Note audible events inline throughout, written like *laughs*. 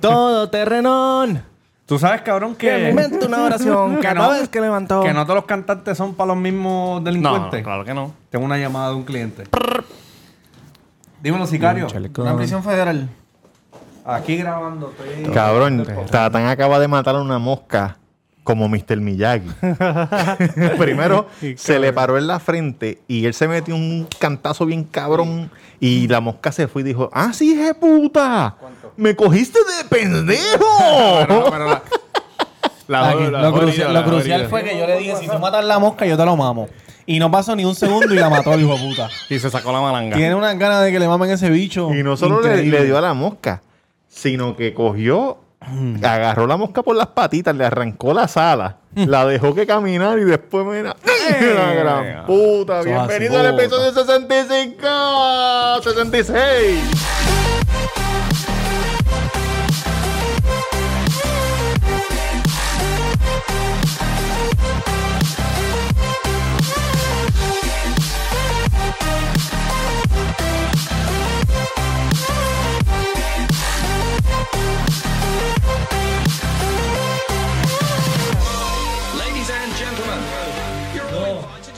*laughs* Todo terrenón. Tú sabes, cabrón, Que que, invento *laughs* una oración *laughs* Que cada no. vez que levantó. que no todos los cantantes son para los mismos No, delincuentes. claro que no. Tengo una llamada de un cliente. Dímelo, sicario. Una prisión federal. Aquí grabando. Estoy... Cabrón, Tatán acaba de matar a una mosca como Mr. Miyagi. Primero se le paró en la frente y él se metió un cantazo bien cabrón y la mosca se fue y dijo, ¡Ah, sí, hija de puta! ¡Me cogiste de *laughs* Oh. pendejo! Aquí, lo, crucial, lo crucial fue que yo le dije, si tú matas la mosca, yo te lo mamo. Y no pasó ni un segundo y la mató, el hijo de puta. Y se sacó la malanga. Tiene unas ganas de que le mamen ese bicho. y no solo le, Increíble. le dio a la mosca, sino que cogió, agarró la mosca por las patitas, le arrancó la sala, la dejó que caminar y después mira. La gran puta. Eso Bienvenido hace, al episodio 65, 66.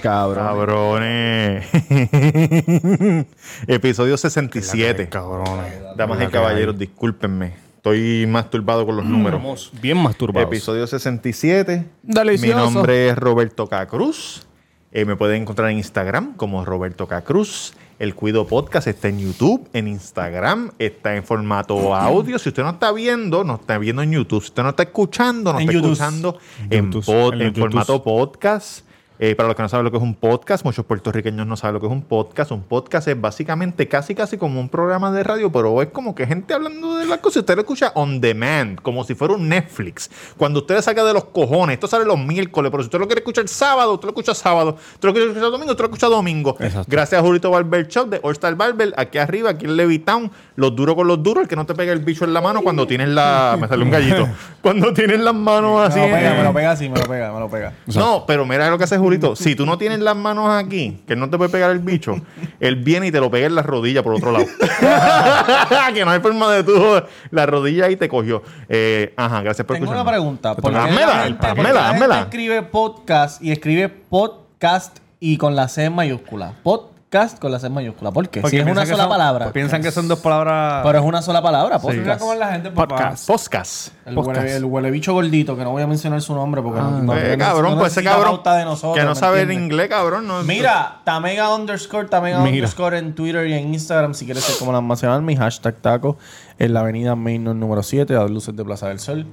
Cabrón. Cabrones. *laughs* episodio 67. Cabrones. Damas y caballeros, discúlpenme. Estoy más turbado con los números. Estamos bien masturbados. Episodio 67. Delicioso. Mi nombre es Roberto Cacruz. Eh, me pueden encontrar en Instagram como Roberto Cacruz. El Cuido Podcast está en YouTube, en Instagram, está en formato audio. Si usted no está viendo, no está viendo en YouTube. Si usted no está escuchando, no En está YouTube. escuchando en, YouTube, pod- en en YouTube. formato podcast. Eh, para los que no saben lo que es un podcast, muchos puertorriqueños no saben lo que es un podcast. Un podcast es básicamente casi casi como un programa de radio, pero es como que gente hablando de las cosas. Usted lo escucha on demand, como si fuera un Netflix. Cuando usted le saca de los cojones, esto sale los miércoles, pero si usted lo quiere escuchar sábado, usted lo escucha sábado. Usted lo quiere escuchar domingo, usted lo escucha domingo. Gracias a Julito Barber Shop de All Star Barber, aquí arriba, aquí en Levitown, los duros con los duros, el que no te pega el bicho en la mano cuando tienes la... Me sale un gallito. Cuando tienes las manos así... Me lo pega, eh, me lo pega así, me lo pega, me lo pega. no, pero mira lo que hace Julito. Si tú no tienes las manos aquí, que él no te puede pegar el bicho, él viene y te lo pega en la rodilla por otro lado. *laughs* que no hay forma de tú. joder. La rodilla ahí te cogió. Eh, ajá, gracias por Tengo una escucharme. pregunta. ¿Por qué Házmela, la gente- por qué házmela, la gente házmela. escribe podcast y escribe podcast y con la C en mayúscula. Podcast con la C en mayúscula. ¿Por qué? si es piensan una que sola son- pues pues palabra. Piensan que son dos palabras. Pero es una sola palabra, Mira podcast. cómo es la gente, papá. Podcast. Podcast. El huele, el huele bicho gordito, que no voy a mencionar su nombre porque no, no- Eh, no- cabrón, no pues ese necesita cabrón pauta de nosotros, que no ¿me sabe en entiendes? inglés, cabrón. No, Mira, Tamega underscore, Tamega Mira. underscore en Twitter y en Instagram. Si quieres ser como la nacional, mi hashtag taco en la avenida Main número 7, a las luces de Plaza del Sol.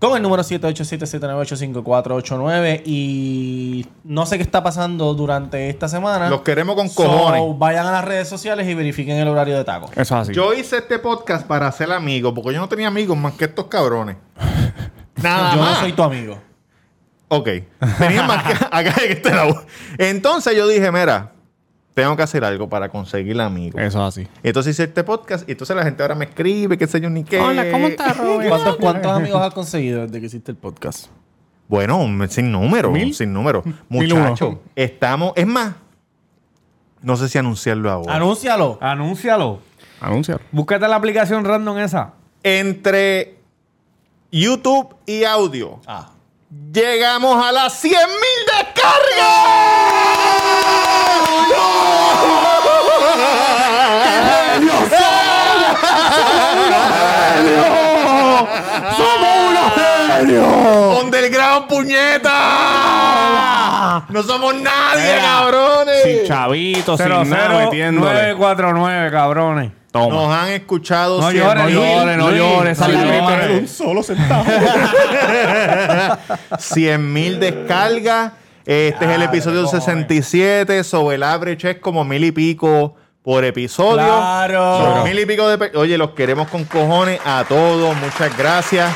Con el número 787-798-5489. Y no sé qué está pasando durante esta semana. Los queremos con So, cojones. vayan a las redes sociales y verifiquen el horario de taco. Eso es así. Yo hice este podcast para ser amigo, porque yo no tenía amigos más que estos cabrones. Nada *laughs* Yo no más. soy tu amigo. Ok. Tenía *laughs* más que acá en este lado. Entonces yo dije, mira, tengo que hacer algo para conseguir amigos. Eso es así. Entonces hice este podcast y entonces la gente ahora me escribe, qué sé yo, ni qué. Hola, ¿cómo *laughs* estás, Robert? ¿Cuántos, cuántos amigos has conseguido desde que hiciste el podcast? Bueno, un- sin número, ¿Mil? sin número. *laughs* Mil Muchachos, uno. estamos... Es más, no sé si anunciarlo ahora. Anúncialo. Anúncialo. Anunciar. Búscate la aplicación random esa. Entre YouTube y audio, Ah. llegamos a las 100.000 descargas. ¡Underground, puñeta! ¡No somos nadie, Mira, cabrones! Sin chavitos, sin nada, metiéndole. 0949, cabrones. Toma. Nos han escuchado No 100.000. llores, No llores, no Luis, llores. no sale llores. primero. Un solo *laughs* centavo. 100 mil descargas. Este es el episodio 67. Sobre el average es como mil y pico por episodio. Claro. Son mil y pico de... pe- Oye, los queremos con cojones a todos. Muchas gracias.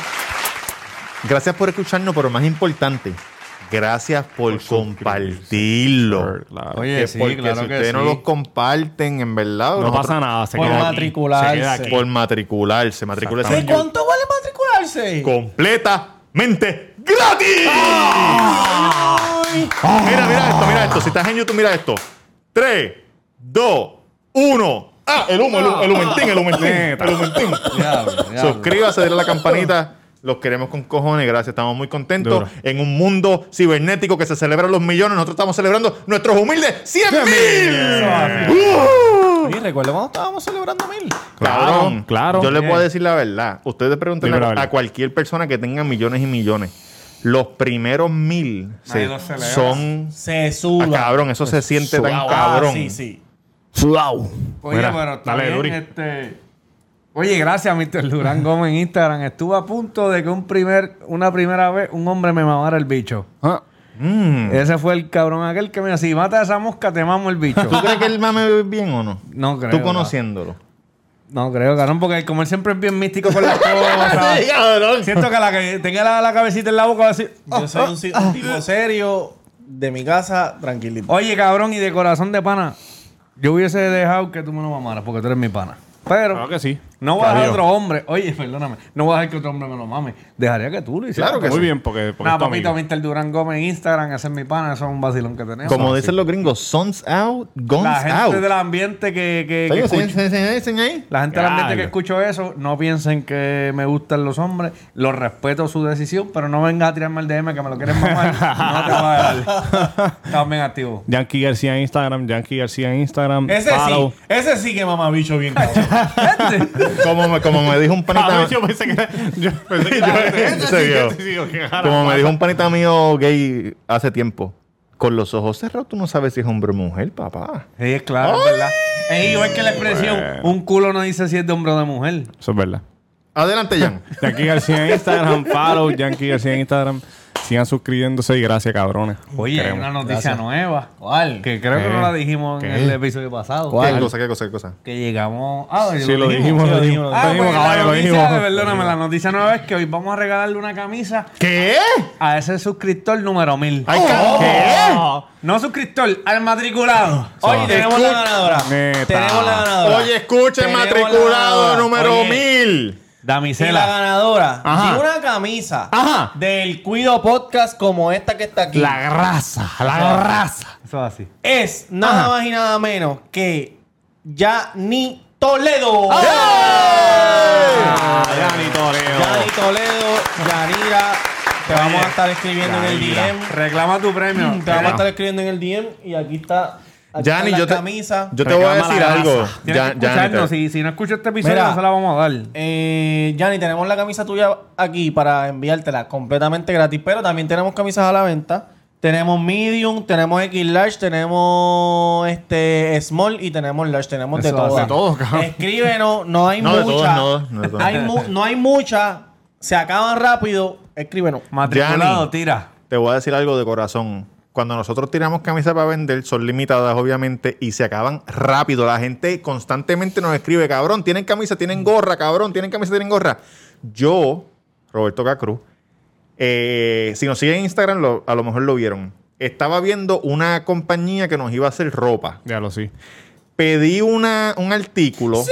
Gracias por escucharnos, pero más importante, gracias por, compartirlo. Claro. Oye, Que sí, porque claro si que ustedes no sí. los comparten, en verdad... No nosotros- pasa nada. Se Por queda aquí. matricularse. Se queda aquí. Por matricularse, matricularse. ¿De cuánto vale matricularse? completamente gratis. Mira, mira esto, mira esto. Si estás en YouTube, mira esto. 3, 2, 1. Ah, el humo, el humo, el humentín, el humentín. El humentín. Diablo, diablo. Suscríbase, denle a la campanita. Los queremos con cojones, gracias. Estamos muy contentos. Duro. En un mundo cibernético que se celebran los millones, nosotros estamos celebrando nuestros humildes 100 mil. Oye, recuerdo cuando estábamos celebrando mil. Cabrón, Claro, claro. Yo les voy a Eh. Bien. decir la verdad. Ustedes pregunten Dime la a, verdad. a cualquier persona que tenga millones y millones. Los primeros mil se- los celebra. son. Se Ah, suda. cabrón, eso se siente Ah, tan cabrón. Sí, sí. Oye, Mira, pero Pues está dale, bien, Duri. este... Oye, gracias, Mr. Durán Gómez en Instagram. Estuve a punto de que un primer, una primera vez un hombre me mamara el bicho. Ah, Mm. Ese fue el cabrón aquel que me decía, si mata a esa mosca, te mamo el bicho. *laughs* ¿Tú crees que él mame bien o no? No creo, Tú no. conociéndolo. No creo, cabrón, porque como él siempre es bien místico *laughs* con las cosas. Siento que la que tenga la, la cabecita en la boca va a decir... "Oh, Yo soy un, si- un tipo serio de mi casa, tranquilito. Oye, cabrón, y de corazón de pana, yo hubiese dejado que tú me lo mamaras porque tú eres mi pana. Pero Claro que sí. no voy a dejar a Adiós. otro hombre. Oye, perdóname, no voy a dejar que otro hombre me lo mame. Dejaría que tú lo hicieras. Claro que Muy sí. bien, porque. porque Nada, es tu papito, amigo. Mr. Durán Gómez en Instagram, ese es mi pana, eso es un vacilón que tenemos. Como dicen los gringos, sons out, guns la gente out. del ambiente que, que- que Oye, escucha- enseña, enseña, enseña ahí. la gente del ambiente que Claro. escucho eso, no piensen que me gustan los hombres, los respeto su decisión, pero no vengas a tirarme el DM que me lo quieres *laughs* mamar, no te va a dejar. Estás bien activo. Yankee García en Instagram, Yankee García en Instagram. Ese Follow. sí, ese sí que mamabicho bien cabrón. Como me, como me dijo un Ah, panita. yo pensé que. Yo pensé que. Ese sí, ese como me dijo un panita mío gay hace tiempo. Con los ojos cerrados, tú no sabes si es hombre o mujer, papá. Sí, es claro, es verdad. Es igual que la expresión, un culo no dice si es de hombre o de mujer. Eso es verdad. Adelante, Jan. Yankee García en Instagram, follow. Yankee García en Instagram. Sigan suscribiéndose y gracias, cabrones. Oye, hay Queremos. una noticia nueva. ¿Cuál? Que creo que no ¿Qué? la dijimos en ¿Qué? el episodio pasado. ¿Qué cosa, qué cosa, qué cosa? Que llegamos... Ah, Sí, lo dijimos, lo dijimos. Ah, Lo dijimos, porque caballo, la lo noticia, dijimos. perdóname, la noticia nueva es que hoy vamos a regalarle una camisa ¿Qué? a ese suscriptor número 1000. Ay, ca- No, No suscriptor, al matriculado. Oye, tenemos la ganadora. Neta. Tenemos la ¿Qué? ganadora. Oye, escuche, Tenemos la matriculado ganadora. número Oye, mil. Si la Damisela. ganadora Ajá. de una camisa Ajá. del Cuido Podcast como esta que está aquí La grasa, la grasa. Eso es así. es nada Ajá. más y nada menos que Yanni Toledo. Ah, Dani Toreo. Yanni Toledo, Yanira, te vamos a estar escribiendo en el Yanira. DM. Reclama tu premio. Te vamos a estar escribiendo en el DM y aquí está, aquí está Yanni, la yo te, camisa. yo te voy a Reclama la decir grasa. algo. Tienes Jan- que escucharnos. Janita. Si, si no escuchas este episodio, Mira. no se la vamos a dar. Eh, Yanni, tenemos la camisa tuya aquí para enviártela completamente gratis, pero también tenemos camisas a la venta. Tenemos medium, tenemos X large, tenemos este small y tenemos large, tenemos de Eso todo. hace todo, cabrón. Escríbenos, no hay No, de todos mucha. no, no de todos. Hay mu- no hay mucha, se acaban rápido. Escríbenos. Matriculado, Yanni. tira. Te voy a decir algo de corazón. Cuando nosotros tiramos camisas para vender, son limitadas, obviamente, y se acaban rápido. La gente constantemente nos escribe, cabrón, tienen camisa, tienen gorra, cabrón, tienen camisa, tienen gorra. Yo, Roberto Cacruz, eh, si nos siguen en Instagram, lo- a lo mejor lo vieron. Estaba viendo una compañía que nos iba a hacer ropa. Ya lo sí. Pedí una, un artículo.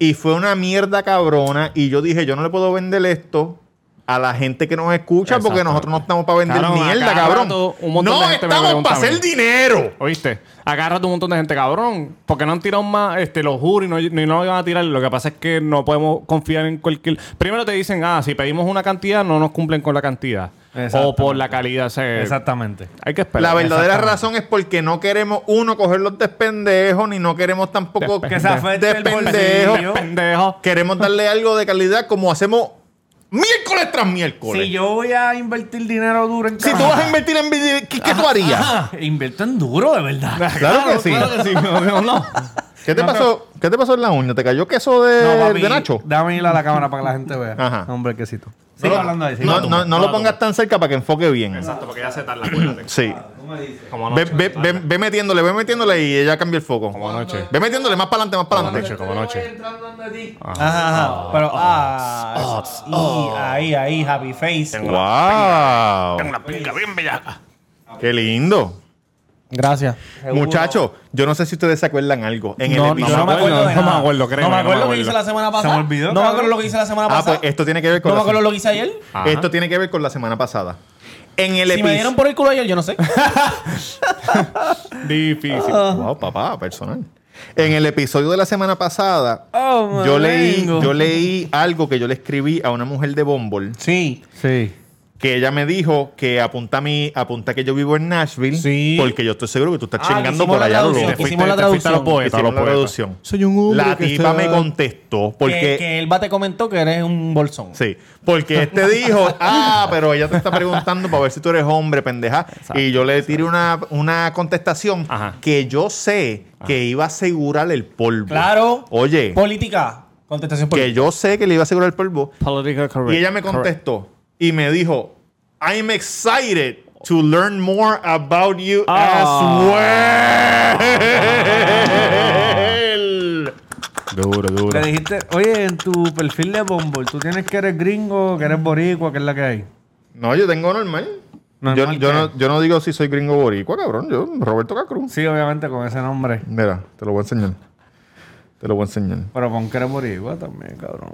Y fue una mierda cabrona. Y yo dije, yo no le puedo vender esto a la gente que nos escucha porque Exacto. nosotros no estamos para vender Cabrón, mierda, a cada cabrón. rato un montón de No gente me estamos pregunta a para mí. hacer dinero. ¿Oíste? Agarra un montón de gente, cabrón. Porque no han tirado más, este, los juro y no, y no lo iban a tirar. Lo que pasa es que no podemos confiar en cualquier. Primero te dicen, ah, si pedimos una cantidad, no nos cumplen con la cantidad. Exactamente. O por la calidad. o Eh, sea, Exactamente. Hay que esperar. la verdadera Exactamente. razón es porque no queremos, uno, cogerlos de pendejos, ni no queremos tampoco Despe- Que se afecte el pendejo. bolsillo. Pendejo. Queremos darle algo de calidad como hacemos miércoles tras miércoles. Si yo voy a invertir dinero duro en si tú cámara- vas a invertir en video, ¿qué, qué tú harías? Ah, *laughs* invierto en duro, de *laughs* verdad. Claro, que sí. Claro que sí. No, no, no. ¿Qué, te pasó, ¿Qué te pasó en la uña? ¿Te cayó queso de, papi, de Nacho? Dame ir a la cámara para que la gente vea. Ajá. Hombre, quesito. No Sigue lo- hablando ahí. sigue No, hablando. no- no lo pongas tan cerca para que enfoque bien. Exacto, porque ya se tarda la Sí. Como Ve, anoche. ve- ve- ve metiéndole, ve metiéndole y ella cambia el foco. Como anoche. Ve metiéndole más para adelante, más para Como anoche, adelante. como anoche. Ajá, ajá. Pero, ah, y ahí, ahí, happy face. ¡Wow! ¡Qué lindo! Gracias. Muchachos, yo no sé si ustedes se acuerdan algo. En el No, episodio- no me acuerdo, de no nada. me acuerdo, créeme, No me no me acuerdo lo que acuerdo. hice la semana pasada. me olvidó, No me acuerdo cabrón. lo que hice la semana Ah, pues pasada. esto tiene que ver con. No me la acuerdo lo que hice ayer. Ajá. Esto tiene que ver con la semana pasada. En el Si me episodio. dieron *laughs* por el culo ayer, yo no sé. Difícil. Wow, papá, personal. En el episodio de la semana pasada, Oh, yo leí, malengo. yo leí algo que yo le escribí a una mujer de Bumble, Sí. Sí. que ella me dijo que apunta a mí, apunta que yo vivo en Nashville, Sí. porque yo estoy seguro que tú estás Ah, que chingando hicimos por la allá. traducción, Lolo. que hicimos la fuiste a los traducción. poetas, a Hicimos los la poetas. traducción. Soy un hombre La que tipa está- me contestó Que, porque que él va te comentó que eres un bolsón. Sí, porque este *laughs* dijo, ah, pero ella te está preguntando para ver si tú eres hombre, pendeja. y yo le tiré una, una contestación Ajá. que yo sé que iba a asegurar el polvo. Claro. Oye, Política. Contestación que política. yo sé que le iba a asegurar el polvo. Political correct. Y ella me contestó y me dijo, I'm excited to learn more about you Ah. as well. Duro, duro. Le dijiste, oye, en tu perfil de Bumble, tú tienes que eres gringo, que eres boricua, que es la que hay. No, yo tengo normal. Normal, yo, yo ¿qué? no, yo no digo si soy gringo o boricua, cabrón. Yo, Roberto Cacruz. Sí, obviamente con ese nombre. Mira, te lo voy a enseñar. Te lo voy a enseñar. Pero pon que eres boricua también, cabrón.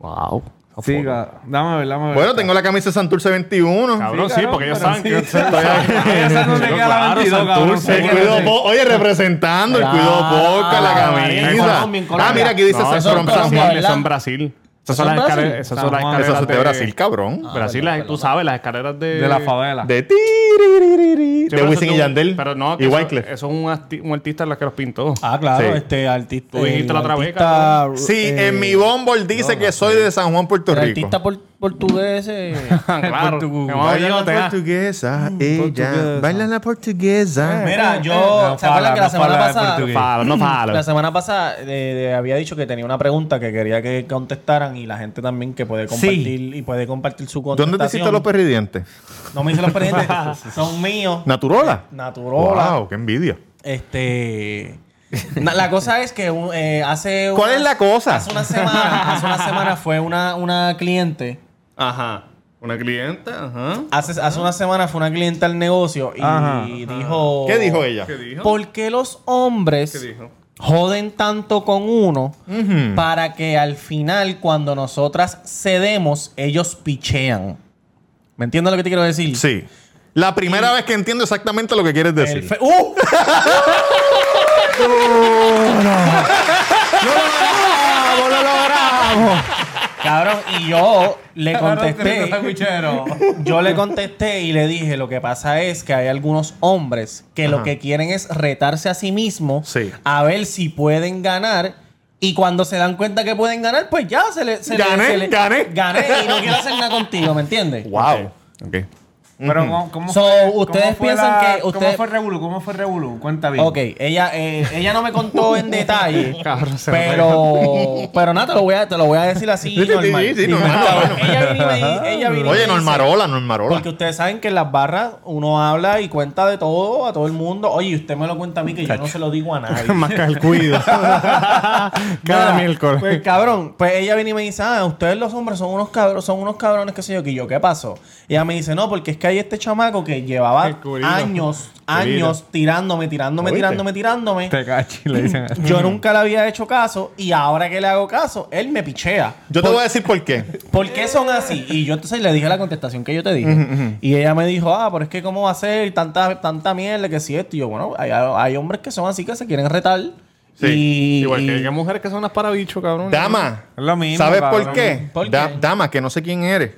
Wow. Sí, ca- dame ver, dame ver. Bueno, tengo la camisa de Santurce 21. Cabrón, sí, cabrón, porque ellos pero saben sí. que Esa no le queda la Claro, 22, cabrón. Santurce, Sí, El que cuido sí. po- Oye, representando el cuido poca, Ah, la María, en camisa. Colombia, en Ah, Colombia. mira, aquí dice No, San- eso San es Colombia, Juan. Brasil. ¿verdad? Eso en Brasil. Esas son ¿Eso las en Brasil? escaleras. Esas son las San Juan. Eso es escaleras de Brasil, cabrón. Brasil, las- tú sabes, las escaleras de. De la favela. De ti, ri, ri, ri, ri, Ah. Sí, de pero eso Wisin tú- y Yandel. Pero no, que y eso- Wyclef. Eso es un, arti- un artista la que los pintó. *laughs* Ah, claro, Sí. este artista. Tú dijiste la otra vez, artista, Sí, eh, en mi bombol dice que soy de San Juan, Puerto El Rico. artista por- portugués. eh. *laughs* Ah, claro. Por tu- que vamos a Baila llegar a- Mm, portuguesa, ella. Baila la Eh, portuguesa. *laughs* Mira, yo. No ¿Se acuerdan fala, que la no semana fala de pasada. portugués. Falo, no falo. La semana pasada eh, de- había dicho que tenía una pregunta que quería que contestaran y la gente también que puede compartir y puede compartir su contestación. ¿Dónde te hiciste los perridientes? No me hice los *laughs* pendientes. son míos. ¿Naturola? Naturola. Wow, qué envidia. Este. na- la cosa es que un- eh, hace. ¿Cuál unas- es la cosa? Hace una semana, hace una semana fue una, una cliente. Ajá. Una clienta, ajá. Hace, hace una semana fue una cliente al negocio y Ajá. dijo. ¿Qué dijo ella? ¿Por qué los hombres dijo? joden tanto con uno para que al final, cuando nosotras cedemos, ellos pichean? ¿Me entiendes lo que te quiero decir? Sí. La primera vez que entiendo exactamente lo que quieres El decir. fe- ¡Uh! ¡Bravo, lo logramos! Cabrón, y yo le contesté. Cabrón, te meto el Yo le contesté y le dije, lo que pasa es que hay algunos hombres que lo Ajá. que quieren es retarse a sí mismos Sí. a ver si pueden ganar. Y cuando se dan cuenta que pueden ganar, pues ya se le... se le- Gané, se le- gané. Gané y no quiero hacer nada contigo, ¿me entiendes? ¡Wow! Pero ¿cómo, cómo So, fue- cómo ustedes fue piensan la- que ¿Cómo ustedes- fue Revolu? ¿Cómo fue Revolu? Cuenta bien. Ok, ella, eh, ella no me *laughs* contó en detalle, Cabrón, se pero, pero nada, te lo voy a, te lo voy a decir así Sí, sí, normal. sí, sí, normal. Cabrón, Ella vino y me di- ella vino y me Oye, dice- Normarola, Normarola. Porque ustedes saben que en las barras uno habla y cuenta de todo a todo el mundo. Oye, usted me lo cuenta a mí que yo no se lo *laughs* digo a nadie. *laughs* Más que el cuido. Cada Nada, miércoles. Pues cabrón, pues ella viene y me dice, ah, ustedes los hombres son unos cabros, son unos cabrones, qué sé yo, que yo, ¿qué pasó? Y ella me dice, no, porque es que hay este chamaco que llevaba El culino. años, Culino. años tirándome, tirándome, ¿Oíste? tirándome, tirándome. Te cachi, le *laughs* dicen. Yo nunca le había hecho caso y ahora que le hago caso, él me pichea. Yo te voy a decir por qué. ¿Por qué son así? Y yo entonces le dije la contestación que yo te dije. Y ella me dijo, ah, pero es que cómo va a ser y tanta, tanta mierda que si esto. Y yo, bueno, hay, hay hombres que son así que se quieren retar. Sí, y, Igual que y- hay que mujeres que son unas parabichos, cabrón. Dama, Es lo mismo, ¿sabes cabrón. por qué? ¿Por Da- qué? dama, que no sé quién eres.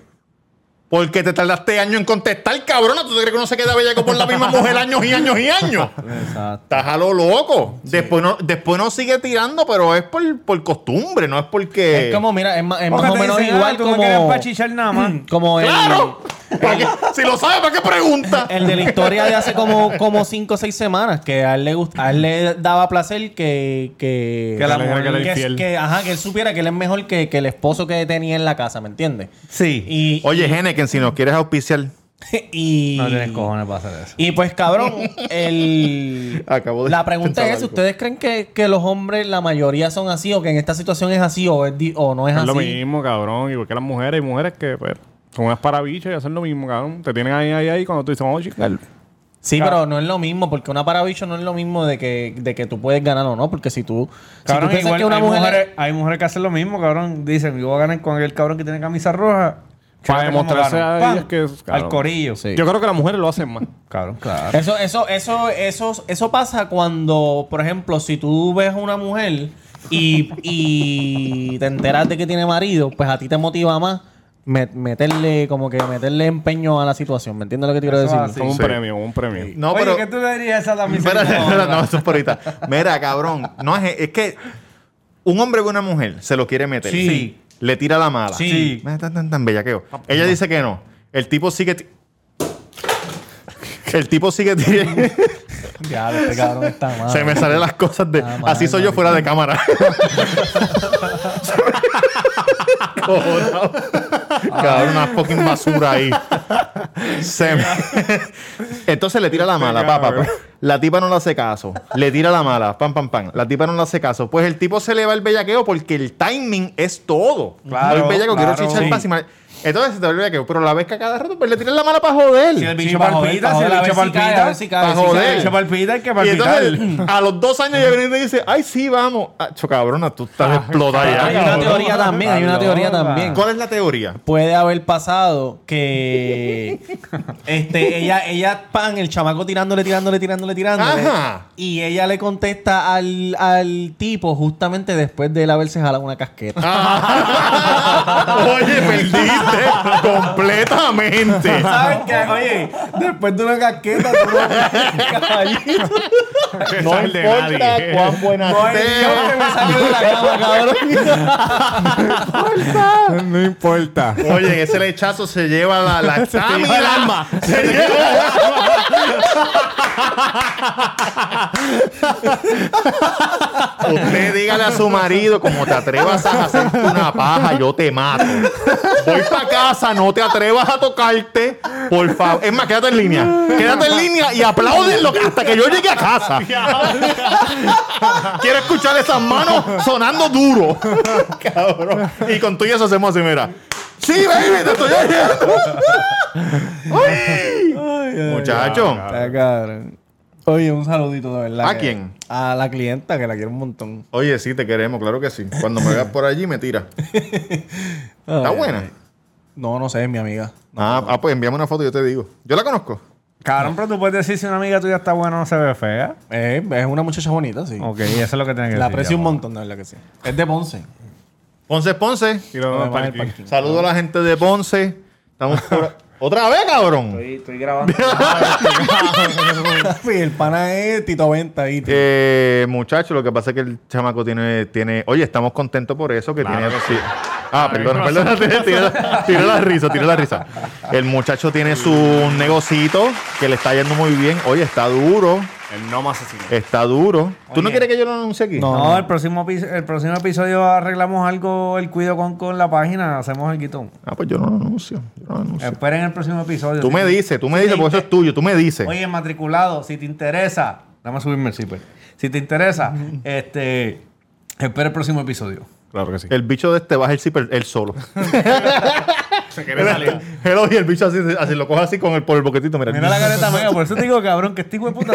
Porque te tardaste años en contestar, cabrona. ¿Tú te crees que uno se queda bellaco por la misma mujer años y años y años? Exacto. Estás a lo loco. Después, no, después no sigue tirando, pero es por, por costumbre, no es porque... Es como, mira, es más, es O más que o te menos dicen, ah, igual tú me querías como... pa' chichar nada más. Como el, Eh, ¡Claro! ¿Para qué? Si lo sabes, ¿para *laughs* qué pregunta? el de la historia de hace como, como cinco o seis semanas, que a él le, gust- a él le daba placer que... Que, Que la mujer que le que- infiel. que, ajá, que él supiera que él es mejor que, que el esposo que tenía en la casa, ¿me entiendes? Sí. Y, Oye, Geneken, si nos quieres auspiciar... *laughs* y No tienes cojones para hacer eso. Y pues, cabrón, el... Acabo de la pregunta pensar es, algo. ¿ustedes creen que, que los hombres, la mayoría son así o que en esta situación es así o, es di- o no es, Es así? lo mismo, cabrón. Igual que las mujeres. Hay mujeres que, pues, son unas parabichos y hacen lo mismo, cabrón. Te tienen ahí, ahí, ahí. Cuando tú dices, vamos a chingar. Sí, pero no es lo mismo, porque una parabicho no es lo mismo de que, de que tú puedes ganar o no, porque si tú... Cabrón, si tú piensas igual que una hay, mujer... mujeres, hay mujeres que hacen lo mismo, cabrón. Dicen, yo voy a ganar con el cabrón que tiene camisa roja. Para Fíjate cómo demostrarse ganan. a ¡Pam! ellas que es Al corillo. Sí. Yo creo que las mujeres lo hacen *laughs* más. Cabrón, claro. Eso, eso, eso, eso, eso pasa cuando, por ejemplo, si tú ves a una mujer y, y te enteras de que tiene marido, pues a ti te motiva más me- meterle, como que meterle empeño a la situación. ¿Me entiendes lo que te quiero Eso decir? es así. Como un Sí. premio, un premio. *laughs* No, Oye, pero. ¿qué tú le dirías a esa damisela? Espérate, espérate, no, eso es por ahorita. Mira, cabrón. No es, es que un hombre con una mujer se lo quiere meter. Sí. Le tira la mala. Sí. Mira, Tan, tan, tan bellaqueo. Ella dice que Ah, no. El tipo sigue. ti- *laughs* El tipo sigue *laughs* tirando. Ya, este cabrón está mal. Se me salen las cosas de. Ah, madre, así soy yo madre. fuera de *laughs* cámara. Cojonado. Cabrón, una fucking basura ahí. Se me- *laughs* Entonces le tira la mala, papá. pues. La tipa no le hace caso. Le tira la mala, pam, pam, pam. La tipa no le hace caso. Pues el tipo se le va el bellaqueo porque el timing es todo. Claro, No el bellaqueo, claro. quiero chichar Sí. más y más. Entonces se te va el bellaqueo. Pero la vez que a cada rato, pues le tira la mala para joder. Si el bicho Sí, va a joder, palpita, va a si joder, el a ver si cae, bicho palpita. a ver si cae, a ver Pa' si cae. joder. El palpita hay que Y palpitar. entonces, a los dos años ya viene y te dice, ay, sí, vamos. Ah, cho, cabrona, tú estás explotada Hay ya. una cabrón. teoría también, hay una teoría Cabrón. también. ¿Cuál es la *laughs* teoría? puede haber pasado que *laughs* este ella ella pan el chamaco tirándole tirándole tirándole tirándole Ajá. y ella le contesta al, al tipo justamente después de él haberse jalado una casqueta Ah. *laughs* Oye, perdiste completamente. ¿Sabes qué? Oye, después de una casqueta, tú no- caballito. No el de importa nadie. *laughs* cuán *laughs* buena No, el diablo que sea. me salió de la cama, *laughs* cabrón. No *laughs* importa. Oye, en ese lechazo se lleva la lactamina. lleva el alma. Se lleva el alma. Usted dígale a su marido, como te atrevas a hacerte una paja, yo te mato. Voy para casa, no te atrevas a tocarte. Por favor. Es más, quédate en línea. Quédate en línea y apláudenlo hasta que yo llegue a casa. Quiero escuchar esas manos sonando duro. Cabrón. Y con tú y eso hacemos así, mira. Sí, baby, te estoy oyendo. Ay, Muchacho. Ah, cabrón. Oye, un saludito de verdad. ¿A que- quién? A la clienta que la quiero un montón. Oye, sí, te queremos, claro que sí. Cuando me veas por allí, me tira. ¿Está Ay, buena? Eh, No, no sé, es mi amiga. Ah, ah, pues envíame una foto y yo te digo. Yo la conozco. Cabrón, pero tú puedes decir si una amiga tuya está buena o no se ve fea. Eh, es una muchacha bonita, sí. Ok, eso es lo que tiene que decir. La aprecio un ya, montón, de verdad que sí. Es de *laughs* Ponce. Ponce, Ponce. Y lo vemos Además para del aquí. parking. Saludo a la gente de Ponce. Estamos por- *laughs* ¿Otra vez, cabrón? Estoy grabando. Y el pana es Tito Venta ahí. tío. Eh, muchacho, lo que pasa es que el chamaco tiene, tiene. Oye, estamos contentos por eso que tiene. sí. Ah, perdona, *laughs* perdona, tiré la, tiré la risa, tiré la risa. El muchacho tiene su negocito que le está yendo muy bien. Oye, está duro, El no más asesino. está duro. ¿Tú no Oye. quieres que yo lo anuncie aquí? No. *laughs* No, el próximo, epi- el próximo episodio arreglamos algo, el cuido con, con la página, hacemos el quitón. Ah, pues yo no lo anuncio. Yo no lo anuncio. Esperen el próximo episodio. tú me dices, tú me dices, porque eso es tuyo, tú me dices. Oye, matriculado, si te interesa, dame a subirme el zipper. Si te *laughs* interesa, este, espera el próximo episodio. Claro que sí. El bicho de este baja el zipper él solo. Se quiere salir. Hello, y el bicho así, así lo coge así con el, por el boquetito. Mira, Mira la careta mía, por eso te digo, cabrón, que este hijo de puta,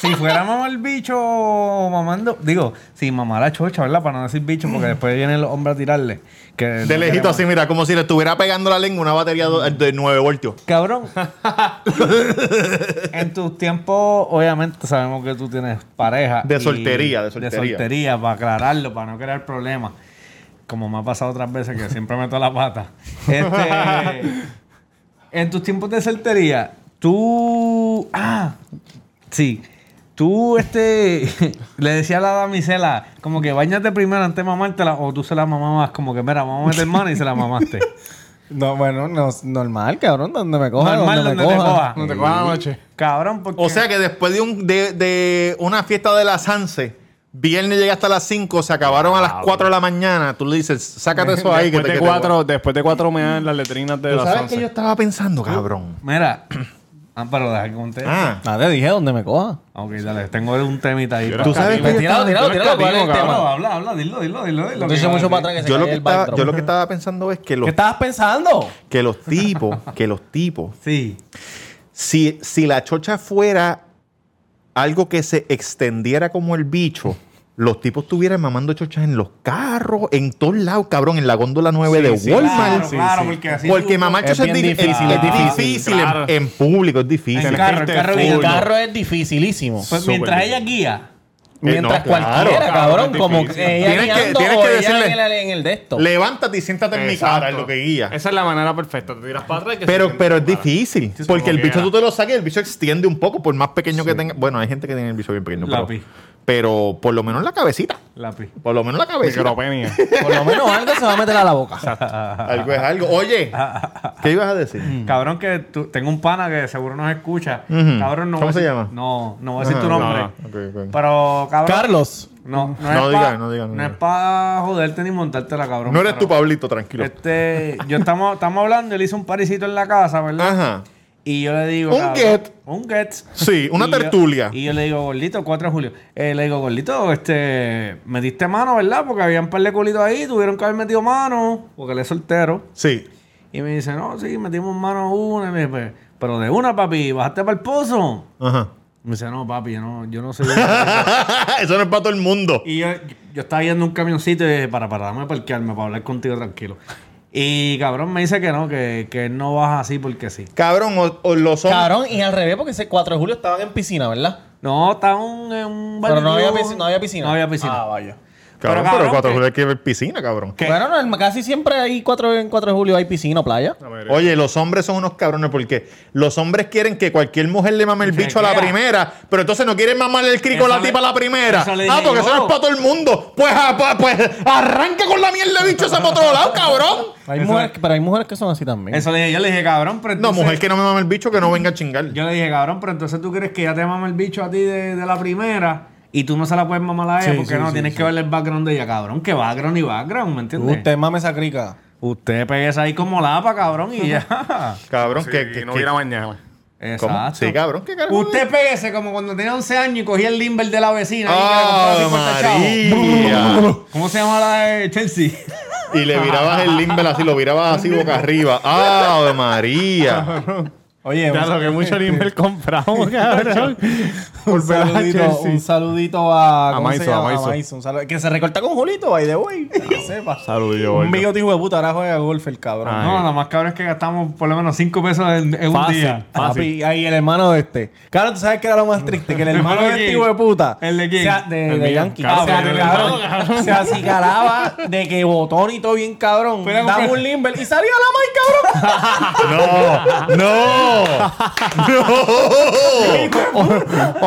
si, *laughs* si fuera mamá el bicho mamando, digo, si mamá la chocha, ¿verdad? Para no decir bicho, *laughs* porque después viene el hombre a tirarle. Que no De lejito queremos. así, mira, como si le estuviera pegando la lengua una batería do- de 9 voltios. *laughs* Cabrón. en tus tiempos, obviamente sabemos que tú tienes pareja. De y- soltería, de soltería. De soltería, para aclararlo, para no crear problemas. Como me ha pasado otras veces que siempre meto la pata. *laughs* Este, en tus tiempos de soltería, tú. Ah, sí. Tú, este, *laughs* le decía a la damisela, como que bañate primero antes de mamártela, o tú se la mamabas, como que, mira, vamos a meter mano y se *laughs* la mamaste. No, bueno, no, normal, cabrón. Donde me coja, Normal donde, donde me te coja. coja. No te cojas la noche. Cabrón, porque. O sea que después de, un, de, de una fiesta de las 11, viernes llega hasta las 5, se acabaron a las 4 de la mañana, tú le dices, sácate eso ahí. después, que te- de que te- cuatro, después de cuatro meas en las letrinas de Uh. ¿Tú las sabes once. que yo estaba pensando, cabrón? Mira. Ah, pero deja que conté. Ah, Nada, te dije donde me coja. Ok, dale. Tengo un temita ahí. tú sabes que yo Tirado, tirado, tirado. ¿Cuál es el No, Este tema? habla, habla, dilo, dilo, dilo. dilo No te eches mucho para atrás que se yo lo caiga que, el estaba, backdrop. yo lo que estaba pensando es que ¿Qué *laughs* los, estabas pensando? que los tipos, que los tipos, Sí. si, si la chocha fuera algo que se extendiera como el bicho, los tipos estuvieran mamando chochas en los carros, en todos lados, cabrón, en la góndola 9 de sí, Walmart. Claro, sí, claro, sí. porque así. Porque tú- mamar Es chochas bien di- difícil, es es difícil, difícil en- claro. en público, es difícil. En carro, el carro- El Uno. carro es dificilísimo. Pues súper mientras bien. ella guía. Mientras Eh, no, claro, cualquiera, cabrón, cabrón, es como difícil. ella Tienes que- guiando tienes o que ella decirle- en el, en el de esto. Levántate y siéntate en mi Exacto. cara, es lo que guía. Esa es la manera perfecta. Te tiras para atrás y que se Pero, siente pero es para. difícil. Sí, porque el como bicho quiera. tú te lo saques, el bicho extiende un poco, por más pequeño que tenga. Bueno, hay gente que tiene el bicho bien pequeño, pero, Lápiz. pero por lo menos la cabecita. Lápiz. Por lo menos la cabecita. Micropenia. *laughs* Por lo menos algo se va a meter a la boca. Algo es algo. Oye, ¿qué ibas a decir? Mm. Cabrón, que tú- tengo un pana que seguro nos escucha. Ujú. Cabrón, no ¿Cómo voy a se decir- llama? No, no voy a decir tu Ajá, nombre. no, Ah, ok, ok. Pero, cabrón. Carlos. No, no, No es diga, pa- no diga, no diga. es para joderte ni montártela, cabrón. No eres pero- tu Pablito, tranquilo. Este, yo estamos, estamos hablando, él hizo un parisito en la casa, ¿verdad? Ajá. Y yo le digo. Un get. Un get. Sí, una Y yo- tertulia. y yo le digo, gordito, 4 de julio. Eh, le digo, gordito, este. Metiste mano, ¿verdad? Porque había un par de culitos ahí, tuvieron que haber metido mano, porque él es soltero. Sí. Y me dice, no, sí, metimos mano una. Y me dice, "Pues, pero de una, papi, bajaste para el pozo. Ajá. Me dice, no, papi, yo no, yo no *laughs* sé. Eso no es para todo el mundo. y yo, yo estaba viendo un camioncito y dije, para, para, dame parquearme, para hablar contigo tranquilo. Y cabrón me dice que no, que, que él no baja así porque sí. Cabrón, o, o los hombres. Cabrón, y al revés, porque ese 4 de julio estaban en piscina, ¿verdad? No, está un, en un Pero no había, barrio- piscina, no había piscina. No había piscina. Ah, vaya. Cabrón, Pero, pero, cabrón, eh, cuatro que- julio hay que ver piscina, cabrón. ¿Qué? Bueno, no, casi siempre hay 4 en 4 de julio hay piscina o playa. Oye, los hombres son unos cabrones porque los hombres quieren que cualquier mujer le mame el bicho a la queda. primera, pero entonces no quieren mamarle el crico a Eso la le- tipa a la primera. eso le Ah, dije porque eso no yo. es para todo el mundo. Pues, ah, pa- pues, arranca con la mierda de bicho ese para otro lado, cabrón. Hay mujeres, que- pero hay mujeres que son así también. Eso le dije, yo le dije, cabrón, pero No, entonces... mujer que no me mame el bicho, que no venga a chingar. Yo le dije, cabrón, pero entonces tú crees que ya te mama el bicho a ti de, de la primera y tú no se la puedes mamar a ella Sí, porque sí, no sí, tienes que verle el background de ella, cabrón. Que background y background, ¿me entiendes? Usted, Usted mame esa crica. pegue esa ahí como lapa, cabrón, y *laughs* ya. Cabrón, Sí, que, que- no que- hubiera mañana. ¿cómo? Exacto. Sí, cabrón, que cabrón. Usted péguese como cuando tenía 11 años y cogía el limber de la vecina. ahí que le compraba ¡Ah, 50 *laughs* chavos. María! ¿Cómo se llama la de Chelsea? *laughs* Y le virabas el limbel así, lo virabas así boca arriba. ¡Ah, María! Oye, Ya un- lo que mucho nivel *laughs* compramos, cabrón. un *laughs* Volverás a saludito, Chelsea. un saludito a. A ¿cómo se Maizo, a llama? Maizo. Un saludo- Que se recorta con Julito, by the way. Que sepa. Saludillo, Un gordo. bigote hijo de puta, ahora juega golf el cabrón. Ah, No, lo más cabrón es que gastamos por lo menos 5 pesos en, en un Fácil. *laughs* día. Papi, ahí el hermano de este. Claro, tú sabes que era lo más triste, que el hermano de ¿El este de hijo de puta. quién? ¿El de quién? se a- de, El de mío. Yankee. Claro, se, a- el cabrón, hermano. se acicalaba de que botón y todo bien cabrón. Fuera a Dame comprar- un limber y salió la mai, cabrón. ¡No! ¡No! ¡No!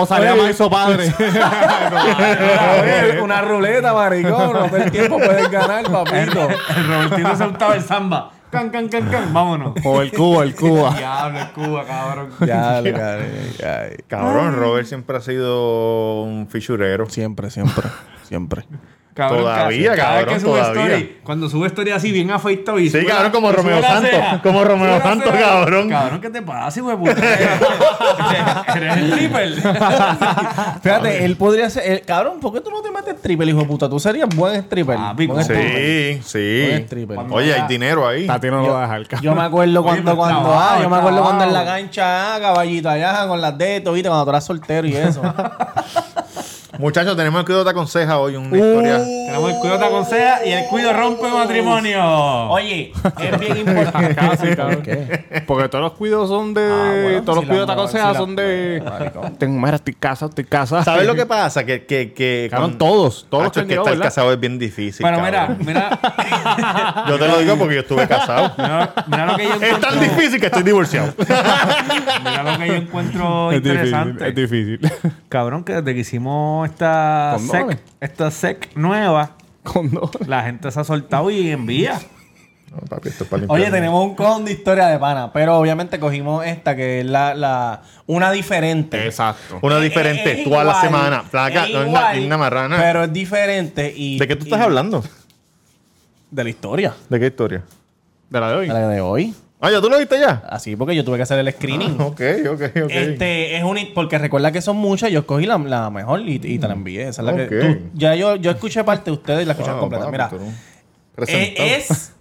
O salía Maiso *laughs* padre. Cabrón, Una ruleta, maricón. No el tiempo puedes ganar, *laughs* papito. El Robertito se gustaba el samba. Can, can, can, can. Vámonos. O el Cuba, el *laughs* Cuba. Diablo, es Cuba, cabrón. Ya, le gané, ya. Cabrón, Robert siempre ha sido un fichurero. Siempre, siempre, siempre. Cabrón, Todavía, cada- cada vez cabrón, que sube todavía. story, cuando sube story así, bien afeitado y Sí, sube la- cabrón, como sube Romeo la Santos, ceja, como sube Romeo la Santos, ceja. cabrón. Cabrón, ¿qué te pasa, güey? Eres el *laughs* stripper. Fíjate, él podría ser. el- cabrón, ¿por qué tú no te metes stripper, hijo de puta? Tú serías buen stripper. Papi, Buen ¿cómo? stripper. Sí, sí. stripper. Oye, hay dinero ahí. A ti no lo va a dejar, cabrón. Yo me *laughs* acuerdo cuando, pero cuando, ah, está yo me abajo, acuerdo está cuando en la abajo. cancha, ah, caballito allá, con las dedos, viste, cuando tú eras soltero y eso. Muchachos, tenemos que otra conseja hoy, una historia. Tenemos el cuido te aconseja y el cuido rompe matrimonio. *laughs* Oye, es bien *laughs* importante. Casi, cabrón. *laughs* Porque todos los cuidos son de. Ah, bueno, todos los si la cuidos de mujer- aconsejas si la- son *laughs* de. Tengo mera, estoy casado, estoy casado. *laughs* ¿Sabes lo que pasa? Que, que, que Cabrón, con- todos. Todos los Tacho, que es que han estar llegado, ¿verdad? casado es bien difícil. Pero mira, cabrón. mira, Yo te lo digo porque yo estuve casado. mira, mira lo que *laughs* yo es encuentro. tan difícil que estoy divorciado. Mira lo que yo *laughs* encuentro Es difícil. interesante. Es difícil. *laughs* Cabrón, que desde que hicimos esta Condones. sec, esta sec nueva, Condones. la gente se ha soltado y envía. No, papi, esto es para Oye, limpiar. tenemos un cojón de historia de pana, pero obviamente cogimos esta, que es la, la una diferente. Exacto. Una diferente, tú a la semana. Placa, no es una, es una marrana. Pero es diferente y. ¿De qué tú estás y- hablando? De la historia. ¿De qué historia? De la de De hoy. la de hoy. Ah, ¿ya tú lo viste ya? Así, porque yo tuve que hacer el screening. Ok, ok, ok. Este es un porque recuerda que son muchas, yo escogí la, la mejor y, y te la envié. Esa es la que, Ok. tú- ya yo, yo escuché parte de ustedes y la escuché Wow, completa. papi, Mira, tú eres un eh, presentado. es,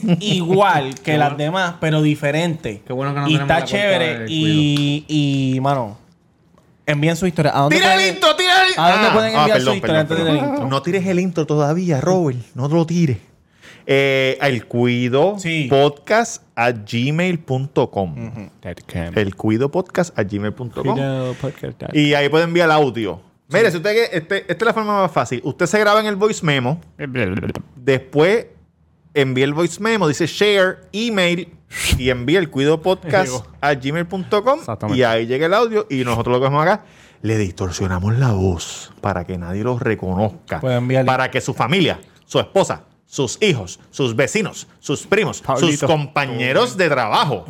es igual que las demás, pero diferente. Qué bueno que no Y tenemos está la cuenta chévere de y, y, mano, envíen su historia. ¿A dónde ¡Tira el pueden- intro, tira el ¿A ¿A dónde Ah, pueden ah, enviar su perdón, historia antes perdón, del perdón. intro? No tires el intro todavía, Robert. No lo tires. Eh, el cuido Sí. podcast a gmail.com. El cuido podcast a gmail.com. Y ahí puede enviar audio. Mire, si usted que- este- esta es la forma más fácil. Usted se graba en el voice memo, después envía el voice memo, dice share, email y envía el cuido podcast Llegó. a gmail.com Exactamente. y ahí llega el audio y nosotros lo que hacemos acá le distorsionamos la voz para que nadie los reconozca, Puede enviarle. para que su familia, su esposa, sus hijos, sus vecinos, sus primos, sus Pablito. Mm. compañeros de trabajo.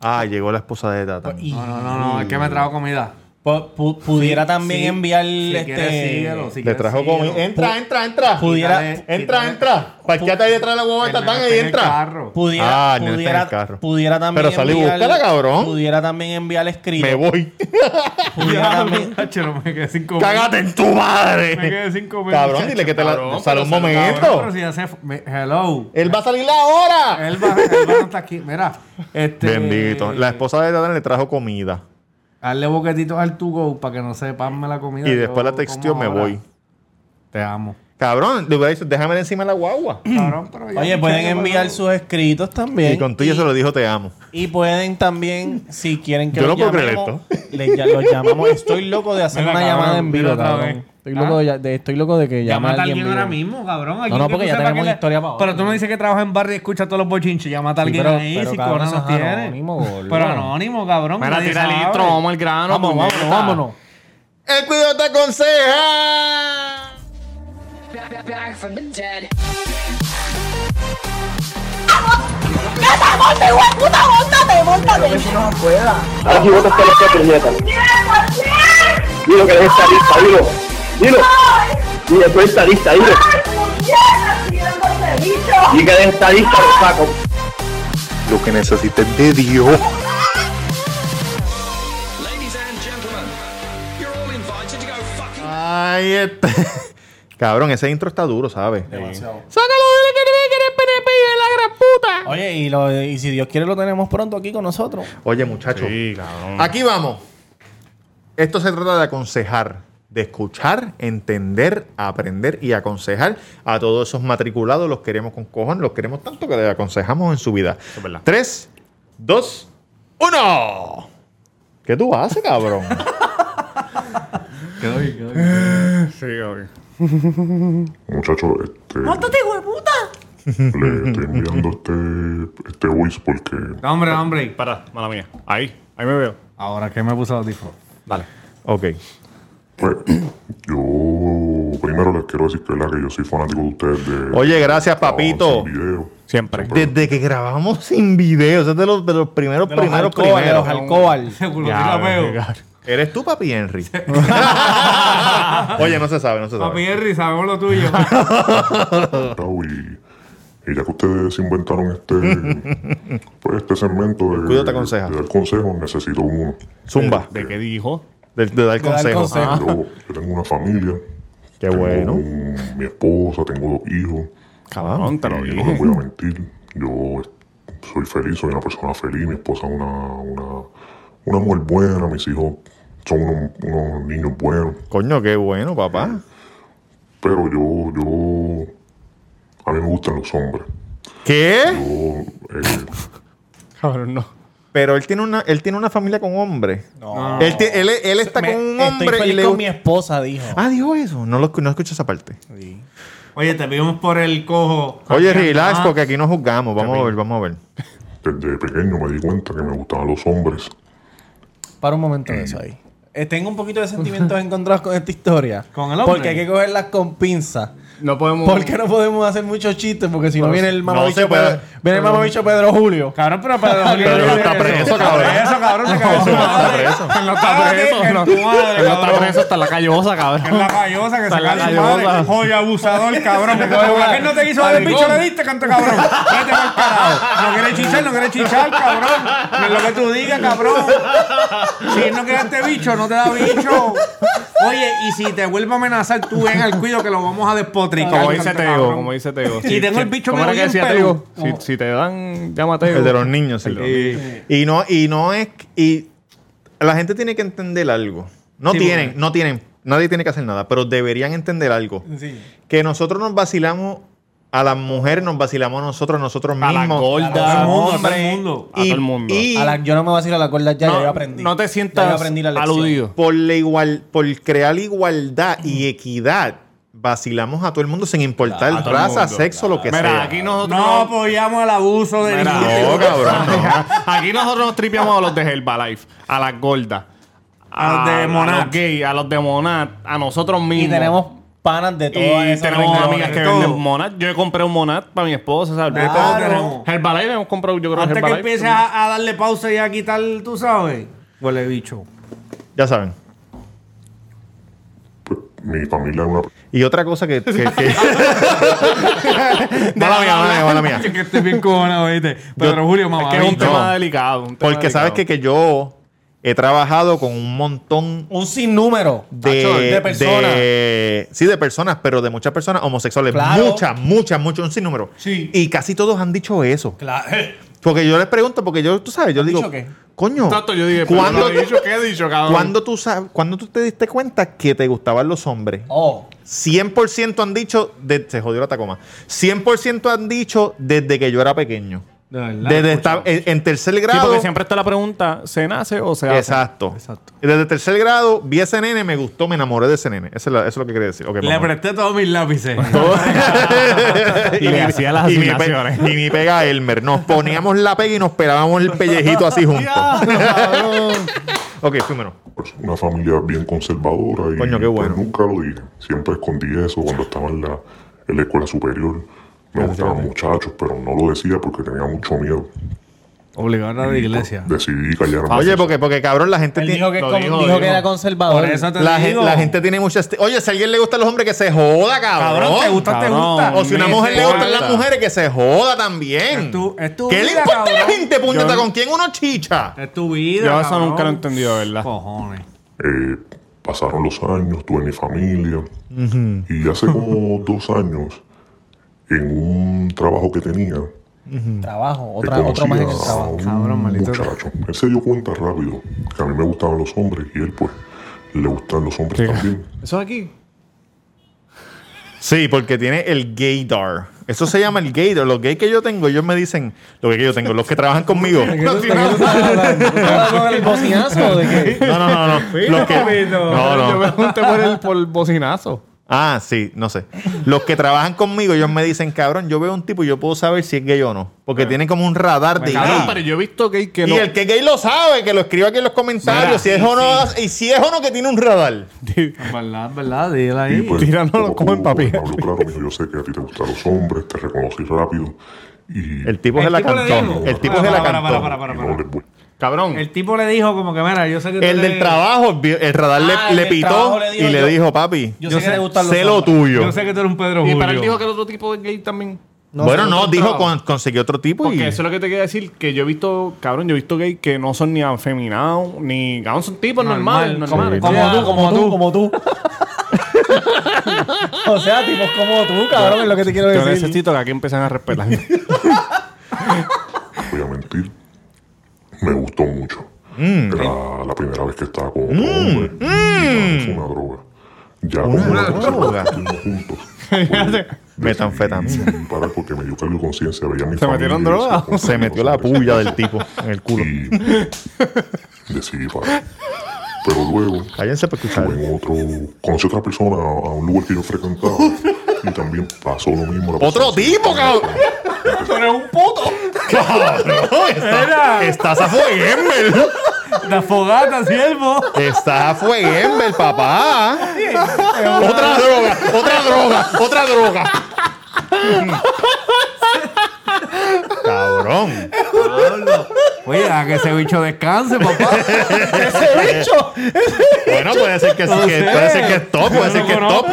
Ah, llegó la esposa de Tata. Y No, no, no, no, es que Mm. me trajo comida. pu- pu- pudiera también Sí, enviar si este, quieres, síguelo, si Le quieres, trajo síguelo. comida. Entra, entra, entra. pudiera Quítale- Entra, quítale- entra. Parqueate ahí detrás de la guagua de Pero no Tatán está y en el entra. carro. pudiera Ah, no está en el pudiera carro. pudiera también Pero sale y enviar- búscala, cabrón. pudiera también enviar escrito Me voy. *laughs* pudiera también Hacho, no me quedé sin comida. Cágate en tu Me quedé madre. sin comida. Cabrón, chacho. dile que te la. cabrón, Sale un pero sale, Cabrón, momento. pero si ya se fu- me- Hello. Él va a salir ahora. Él va, él va no está aquí. Mira. Este, Bendito. La esposa de Tatán le trajo comida. Hazle boquetitos al to go para que no se pasme la comida. Y después Yo la texteó, como me ahora. voy. Te amo. Cabrón, le hubiera dicho, déjame encima de la guagua. Cabrón, pero ya oye muchacho, pueden enviar pero- sus escritos también Y con tuyo se lo dijo, te amo. y pueden también si quieren que Yo los no puedo creer llamemos, les ya- los llamamos estoy loco de hacer Mira, una cabrón, llamada en mira vivo otra cabrón. vez. estoy loco Ah. de, de- estoy loco de que llame Llámate a a alguien alguien ahora vivo. mismo, cabrón. no Alguien no que porque tú ya sepas tenemos que le- historia para Pero tú me dices que trabajas en barrio y escuchas todos los bochinches. Llámate a Sí, alguien pero- ahí pero, si cabrón, corona eso nos es tiene. anónimo, boludo. Pero anónimo, cabrón. Mira, nadie tira el sabe. intro, vamos al grano. vamos puñeta. vámonos vámonos El cuido te aconseja. back, back from the dead. Aquí vos estás los que aprietan. Dilo que eres estadista, dilo. Dilo. Dilo, tú eres estadista, dilo. Dilo que eres estadista, lo saco. Lo que necesites de Dios. Ladies and gentlemen, you're all invited to go fucking. Ay, este. *laughs* Cabrón, ese intro está duro, ¿sabes? Oye, y, lo- y si Dios quiere lo tenemos pronto aquí con nosotros. Oye, muchachos. Sí, cabrón. Aquí vamos. Esto se trata de aconsejar, de escuchar, entender, aprender y aconsejar a todos esos matriculados. Los queremos con cojones, los queremos tanto que les aconsejamos en su vida. verdad. Tres, dos, uno. ¿Qué tú haces, cabrón? *laughs* Sí, cabrón. Muchacho, este. ¡Mántate, hueputa! Le estoy enviando este, este voice porque. No, Hombre, no, hombre. Para, mala mía. Ahí, ahí me veo. Ahora que me puse los audífonos. Dale. ok. Pues, yo. Primero les quiero decir que, ¿verdad? que yo soy fanático de ustedes. De, Oye, gracias, papito. Oh, Sin video. Siempre. Desde que grabamos sin video, ese es de los, de los primeros, De los primeros, alcohol, de los primeros. *laughs* alcohol. *laughs* Seguro que Ya, la veo. venga. Eres tú, papi Henry. *laughs* Oye, no se sabe, no se sabe. Papi Henry, sabemos *laughs* lo tuyo. Y, y ya que ustedes inventaron este. pues, este segmento de. cuido te aconseja. de dar consejos, necesito uno. Zumba, ¿De qué dijo? de, de dar dar consejos. consejos. Ah, Yo, yo tengo una familia. Qué tengo bueno. Mi esposa, tengo dos hijos. Cabrón. te lo Y Eh, no les dije. voy a mentir, yo soy feliz, soy una persona feliz, mi esposa es una, una, una mujer buena, mis hijos son unos, unos niños buenos, Coño, qué bueno, papá. pero yo, yo, a mí me gustan los hombres. ¿Qué? Yo, eh, Cabrón, no. Pero él tiene una, él tiene una familia con hombre. No. Él, ti- él, él está Me- con un estoy hombre y feliz le con gusta- mi esposa, dijo. Ah, dijo eso. No, lo, escu- no escucho esa parte. Oye, te vimos por el cojo. Oye, relax, Ah, porque aquí no juzgamos. Vamos a ver, vamos a ver. desde pequeño me di cuenta que me gustaban los hombres. Para un momento de eso ahí. Eh, tengo un poquito de *laughs* sentimientos encontrados con esta historia. ¿Con el hombre? Porque hay que cogerlas con pinzas. No podemos. Porque no podemos hacer muchos chistes, porque si no viene el mamabicho pues, se puede. Pedro, viene el mamabicho Pedro Julio. Cabrón, pero Pedro Julio. Pedro no está preso, cabrón. Eso, cabrón, se cagó Pedro no está su madre. preso. Él no está preso. Eso, Él no. tu madre, Él no está cabrón. preso hasta la callosa, cabrón. En la callosa que Está se en la cae su callosa. madre. Joya abusador, cabrón. Porque ¿Por qué no te quiso dar el bicho le diste, canto cabrón? Vete pa'l carajo. No quieres chichar, no quieres chichar, cabrón. No es lo que tú digas, cabrón. Si no quieres este bicho, no te da bicho. Oye, y si te vuelve a amenazar, tú ven al cuido que lo vamos a despotricar. Como dice canto Teo, cabrón. como dice Teo. Y tengo el bicho Oh. ¿Cómo era medio que bien decía pelu. Teo? Si, si te dan, llama a Teo. El de los niños, sí. El de- Y no, y no es. Y la gente tiene que entender algo. No Sí, tienen, porque- no tienen. nadie tiene que hacer nada, pero deberían entender algo. Sí. Que nosotros nos vacilamos a las mujeres, nos vacilamos a nosotros, nosotros A mismos. la gorda. Todo el mundo, a todo hombre, el mundo. A todo el mundo. y- A la- yo no me voy a decir a la cuerda ya, ya yo no, aprendí. no te Ya yo sientas aprendí la lección. aludido. por la igual por crear igualdad y equidad vacilamos a todo el mundo sin importar a todo el raza, mundo. sexo, lo que Mira, sea. aquí nosotros. No apoyamos el abuso de Mira, no, ningún- cabrón, no. *laughs* Aquí nosotros nos tripeamos a los de Herbalife, a las gordas, A los de Monat. a los gays, a los de Monat, a nosotros mismos. Y tenemos panas de Y todas esas tenemos regiones. amigas que de todo. venden Monat. Yo he comprado un Monat para mi esposa, ¿sabes? De todo tenemos. Herbalife hemos comprado, yo creo, Antes que Herbalife. empieces a, a darle pausa y a quitar, tú sabes. Huele bicho. Ya saben. Pues, mi familia es una... Y otra cosa que... *laughs* que, que- mala mía, mala mía, mala mía. que estoy bien cojonado, ¿viste? Pedro Yo- Julio, Es mamá. que es un No. tema delicado. un tema Porque delicado. sabes que, que yo he trabajado con un montón Un sinnúmero Tacho, de, de personas. de- sí, de personas, pero de muchas personas homosexuales. Claro. Muchas, muchas, muchas, un sinnúmero. Sí. Y casi todos han dicho eso. *laughs* Claro. Porque yo les pregunto, porque yo, tú sabes, yo digo, dicho qué? coño, Exacto, yo dije, ¿cuándo, ¿cuándo he dicho? ¿Qué he dicho, cabrón? ¿Cuándo tú, sab- cuándo tú te diste cuenta que te gustaban los hombres? Oh. 100% han dicho, de- se jodió la tacoma, 100% han dicho desde que yo era pequeño. De verdad. Desde esta- en, en tercer Sí, grado. porque siempre está la pregunta, ¿se nace o se hace? exacto. Desde tercer grado vi ese nene, me gustó, me enamoré de ese nene. Eso es, la- eso es lo que quería decir. Ok, Le vamos. *laughs* presté todos mis lápices. Y le hacía las y mi pe- asignaciones. y mi pega a Elmer. Nos poníamos la pega y nos pelábamos el pellejito así juntos. ok, fuimos. pues, una familia bien conservadora y Coño, qué bueno. pues, nunca lo dije. Siempre escondí eso cuando estaba en la, en la escuela superior. Me gustaban muchachos, pero no lo decía porque tenía mucho miedo. Obligaron a la iglesia. Decidí callarme. Oye, porque, porque cabrón, la gente Él tiene. dijo que, lo con- dijo, dijo dijo. que era conservador. Por eso te La, gen- digo. la gente tiene muchas. te- Oye, si a alguien le gustan los hombres, que se joda, cabrón. Cabrón, te gusta, te Cabrón. gusta. O si a una Me mujer le gustan importa. las mujeres, que se joda también. Es tu- es tu ¿Qué le vida, importa a la cabrón. gente, puñeta? Yo- ¿Con quién uno chicha? Es tu vida. Yo eso cabrón. nunca lo he entendido, ¿verdad? Cojones. Eh, pasaron los años, tuve mi familia. Y hace como dos años, en un trabajo que tenía, Trabajo, que otra, otro más en el a trabajo. un muchacho. Él se dio cuenta rápido que a mí me gustaban los hombres y él, pues, le gustan los hombres también. ¿Eso es aquí? Sí, porque tiene el gaydar. Eso se llama el gaydar. Los gays que yo tengo, ellos me dicen. Los gays que yo tengo, los que trabajan conmigo. *laughs* No, sí, *laughs* no. Con el bocinazo de que- No, no, *laughs* no, no. Los que- no, no. pues, Yo me pregunté por el, por el bocinazo. Ah, sí, no sé. Los que trabajan conmigo, ellos me dicen, cabrón, yo veo un tipo y yo puedo saber si es gay o no. Ah. Porque tienen como un radar Pues, de Cabrón, gay. pero yo he visto que, que Y no. el que es gay lo sabe, que lo escriba aquí en los comentarios. Mira, si es o no, y si es o no que tiene un radar. Es verdad, es verdad. Dile Y, ahí. pues, Tirando poco los a poco, comen, papi. pues, Me habló claro, me dijo, yo sé que a ti te gustan los hombres, te reconocí rápido. Y, El tipo se El la tipo le cantó. dijo. El tipo Para, se la para, para, cantó. para, para, y para. no les voy- Cabrón. El tipo le dijo como que, mira, yo sé que tú El eres- del trabajo, el vi- el radar le- Ah, el le, del pitó trabajo le dijo y le yo. dijo, papi, Yo, sé que le gustan los sé lo hombres. tuyo. Yo sé que tú eres un Pedro y Julio. para él dijo que el otro tipo es gay también. bueno, sé, no, otro dijo, trabajo. con, conseguí otro tipo y... Porque eso es lo que te quería decir, que yo he visto, cabrón, yo he visto gay que no son ni afeminados, ni cabrón, son tipos normales, normales. Normal, como- Ya. como tú, como como tú. tú. *laughs* o sea, tipos como tú, cabrón, es lo que te quiero Yo decir. necesito que aquí empiecen a *laughs* respetar. voy a mentir, me gustó mucho. Mm, Era la primera vez que estaba con otro hombre. Ya Es una droga. Ya como mm. Una la tercera droga. vez que estuvimos juntos. *laughs* pues, Metanfetamina. decidí parar porque me dio cargo de conciencia. Veía a mi ¿Se metieron familia y decía, droga? "Contra, Se no metió sé la qué hacer". puya del tipo en el culo. Y decidí parar. Pero luego Cállense para escuchar. estuve en otro, conocí a otra persona a a un lugar que yo frecuentaba. Y también pasó lo mismo. La ¡Otro persona se- tipo, cabrón! Era. Estás a fueguember. La fogata, siervo. Estás a fueguember, papá. Otra droga, otra droga, otra droga. Cabrón. Oye, a que ese bicho *laughs* descanse, papá. ¡Ese bicho! Bueno, puede ser que, sí, que- puede ser que es top, puede ser que es top.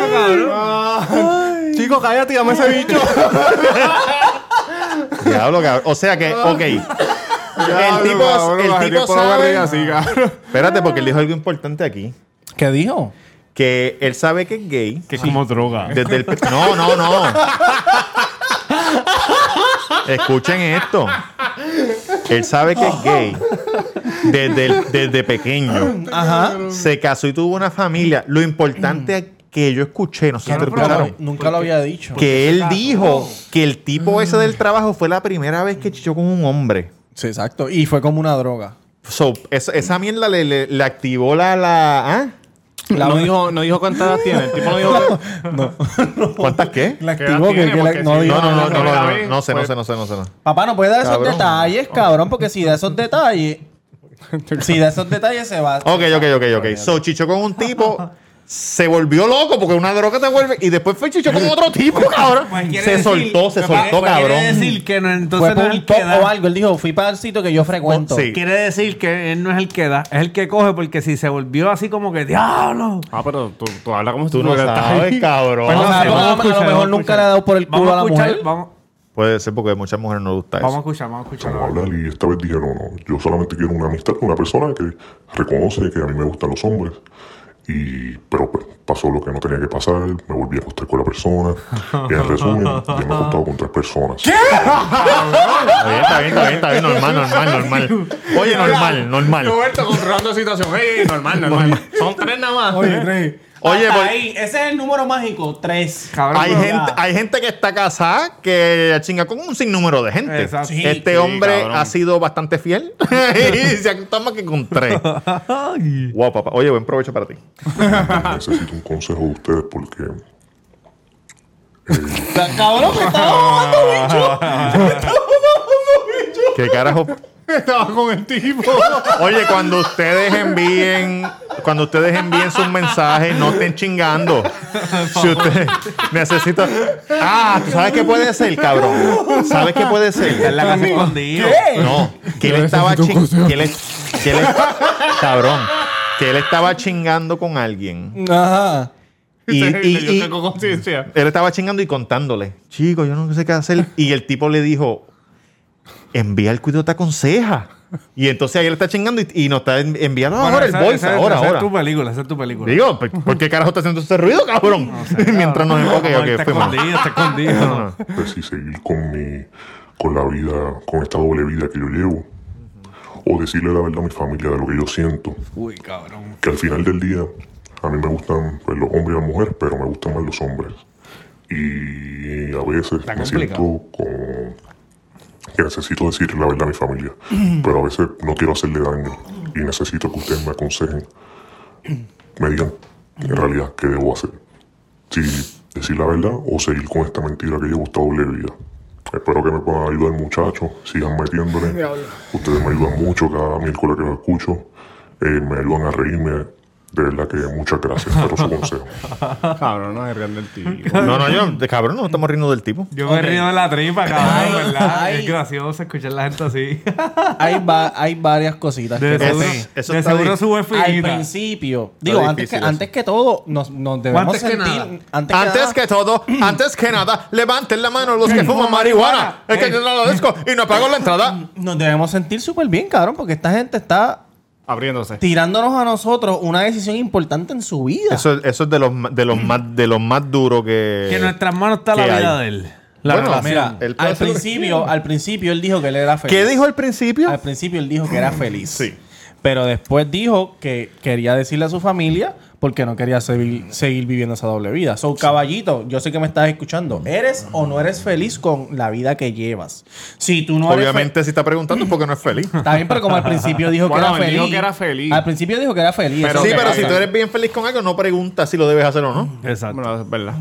Chicos, cállate, dame ese bicho. Diablo, cabrón. O sea que, ok. El tipo, el tipo sabe. Espérate, porque él dijo algo importante aquí. ¿Qué dijo? Que él sabe que es gay. Que como droga. *laughs* Desde el pe- No, no, no. Escuchen esto. Él sabe que es gay. desde, el- desde pequeño. Ajá. Se casó y tuvo una familia. Lo importante Mm. que yo escuché, no sé si te lo escucharon, Nunca lo había dicho. que él dijo que el tipo ese Mm. del trabajo fue la primera vez que chichó con un hombre. Sí, exacto. Y fue como una droga. So, esa, esa mierda le, le- le activó la... la ¿ah? No dijo, no dijo cuántas edad tiene. El tipo no *laughs* dijo. *laughs* ¿Cuántas qué? La ¿Qué edad tiene? Porque si No, no, no, no, no, primera no, vez, no sé, no pues- sé, no sé, no sé. no. Papá, no puede dar esos Cabrón. detalles, cabrón, porque si da esos detalles, si da esos detalles se va. Ok, ok, ok, ok. So, chichó con un tipo, se volvió loco porque una droga te vuelve y después fue chichó con otro tipo, cabrón. *laughs* Pues quiere se decir- soltó, se pues, soltó, pues, cabrón. Quiere decir que no, Fue entonces por no es un el pop que o da. algo. Él dijo, fui para el sitio que yo frecuento. Sí. Quiere decir que él no es el que da, es el que coge, porque si se volvió así como que ¡Diablo! Ah, pero tú, tú hablas como si Tú no estás ahí. sabes, cabrón. Pues no Vamos a sé, a escuchar, lo vamos a escuchar, mejor vamos a nunca escuchar. le ha dado por el Vamos culo a la escuchar, mujer. Vamos, Puede ser porque a muchas mujeres no les gusta vamos a eso. escuchar, vamos a escuchar. empezamos a hablar y esta vez dije, no, no, yo solamente quiero una amistad con una persona que reconoce que a mí me gustan los hombres. Y, pero pues, pasó lo que no tenía que pasar, me volví a acostar con la persona. En resumen, ya me he acostado con tres personas. Está bien, está bien, está bien, normal, normal, normal. Oye, normal, normal. Roberto controlando la situación. Ey, normal, normal. *laughs* Son tres nada más. Oye, Hasta por- ahí, ese es el número mágico, tres. Cabrón, hay pero- gente, hay gente que está casada que chinga con un sinnúmero de gente. Exacto. Sí, este sí, hombre cabrón. ha sido bastante fiel *laughs* y se ha acostado más que con *laughs* tres. Wow, papá. Oye, buen provecho para ti. Necesito un consejo de ustedes porque Cabrón, me estaba mamando, bicho. Me estaba mamando, bicho. ¿Qué carajo? Estaba con el tipo. Oye, cuando ustedes envíen, cuando ustedes envíen sus mensajes, no estén chingando. Si ustedes necesitan. Ah, ¿tú sabes qué puede ser, cabrón? ¿Sabes qué puede Está en ser? la casa escondido. No, que él estaba chingando. Que él- que él- cabrón. Que él estaba chingando con alguien. Ajá. *laughs* Y, y- y- yo tengo conciencia. él estaba chingando y contándole. Chico, yo no sé qué *laughs* hacer. Y el tipo le dijo: Envía el cuido te aconseja. Y entonces ahí él está chingando y, y nos está en- enviando Bueno, ahora el esa- voice. esa- Ahora, esa ahora. es tu película, esa es tu película. Digo, ¿por, por qué carajo está haciendo ese ruido, cabrón? *laughs* Mientras nos No, enfoque, no, ok, está fuimos. escondido, está escondido. *laughs* No, no, no. pues, si seguir con mi, con la vida, con esta doble vida que yo llevo, o decirle la verdad a mi familia de lo que yo siento. Uy, cabrón. que al final del día a mí me gustan pues, los hombres y las mujeres, pero me gustan más los hombres. Y a veces me siento como que necesito decir la verdad a *clears throat* mi familia, pero a veces no quiero hacerle daño y necesito que ustedes me aconsejen, me digan en realidad qué debo hacer. Si decir la verdad o seguir con esta mentira que llevo esta doble vida. Espero que me puedan ayudar muchachos, sigan metiéndole. Ustedes me ayudan mucho cada miércoles que los escucho. Eh, me ayudan a reírme. De verdad que muchas gracias por su consejo. Cabrón, no es real del tipo. No, no, yo, de- cabrón, no estamos riendo del tipo. Yo me río de la tripa, cabrón, ¿verdad? ay. Es gracioso escuchar a la *laughs* gente así. Hay, va- hay varias cositas. De que seguro, sí, eso de está seguro di- sube al finita. principio, digo, antes que, difícil eso. antes que todo, nos, nos debemos Antes que sentir. nada. Antes que Antes nada, que todo, antes que nada, levanten la mano los que fuman marihuana. Es que yo no lo desco y no pago la entrada. nos debemos sentir súper bien, cabrón, porque esta gente está Abriéndose. tirándonos a nosotros una decisión importante en su vida. Eso, eso es de los, ma- de los más de los más duros que. Que en nuestras manos está la Eh, ¿Qué hay? vida de él. La Bueno, relación. mira, El al placer- principio, al principio él dijo que él era feliz. ¿Qué dijo al principio? Al principio él dijo que era feliz. Sí. Pero después dijo que quería decirle a su familia porque no quería seguir, seguir viviendo esa doble vida. So, caballito, yo sé que me estás escuchando. ¿Eres o no eres feliz con la vida que llevas? Si tú no eres fe- Obviamente, si está preguntando es porque no es feliz. Está bien, pero como al principio dijo Bueno, que era él feliz. dijo que era feliz. Al principio dijo que era feliz. Pero- eso sí, es ok, pero ok. si tú eres bien feliz con algo, no preguntas si lo debes hacer o no. Exacto. Bueno, es verdad.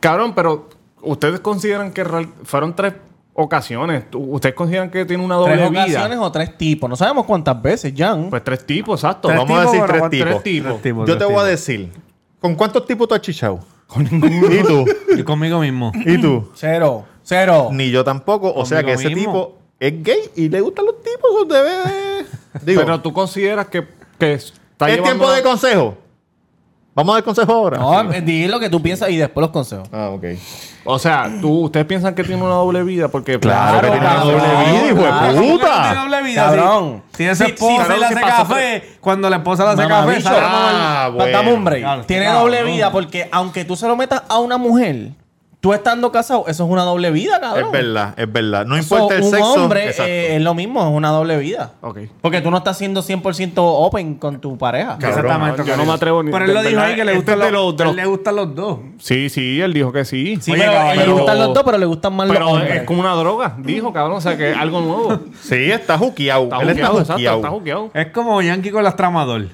Cabrón, pero ¿ustedes consideran que real- fueron tres ocasiones? ¿Tú- ¿Ustedes consideran que tiene una doble Tres vida? ocasiones o tres tipos. No sabemos cuántas veces, Jan. Pues tres tipos, exacto. Tres Vamos a tipos, decir bueno, tres con tipos. tres Tres tipos, Yo tres te voy a tipos. decir, ¿con cuántos tipos tú has chichado? Con ninguno. ¿Y tú? Y conmigo mismo. ¿Y tú? Cero. Cero. Ni yo tampoco. O sea que Conmigo ese mismo. tipo es gay y le gustan los tipos. o debe- Digo, Pero tú consideras que, que está es llevando tiempo de una- consejo. Vamos a dar consejo ahora. No, eh, di lo que tú piensas y después los consejos. Ah, ok. O sea, tú, ¿ustedes piensan que tiene una doble vida? Porque Claro, que tiene una cabrón, doble vida, hijo claro. de No tiene puta. doble vida, sí. Cabrón. Si, esa Sí, sí, esposa le hace cabrón, sí pasó, café, cuando la esposa le hace café, Mamabicho. sale a mamar- Ah, Dame un bueno. break. Claro, Tiene cabrón. doble vida porque aunque tú se lo metas a una mujer, Tú estando casado, eso es una doble vida, cabrón. Es verdad, es verdad. No So, importa el un sexo. hombre exacto. eh, es lo mismo, es una doble vida. Ok. Porque tú no estás siendo 100% open con tu pareja. Cabrón, Exactamente. yo no me atrevo ni- Pero él lo de dijo verdad, ahí que le este gustan es de los, los- de él los- le gustan los dos. Sí, sí, él dijo que sí. Sí, Oye, pero a él le caballero. gustan los dos, pero le gustan más los Pero hombres. es como una droga, dijo, cabrón. O sea, que es algo nuevo. Está Sí, está juqueado. Él está juqueado, exacto, juqueado. está juqueado. Es como Yankee con las tramador.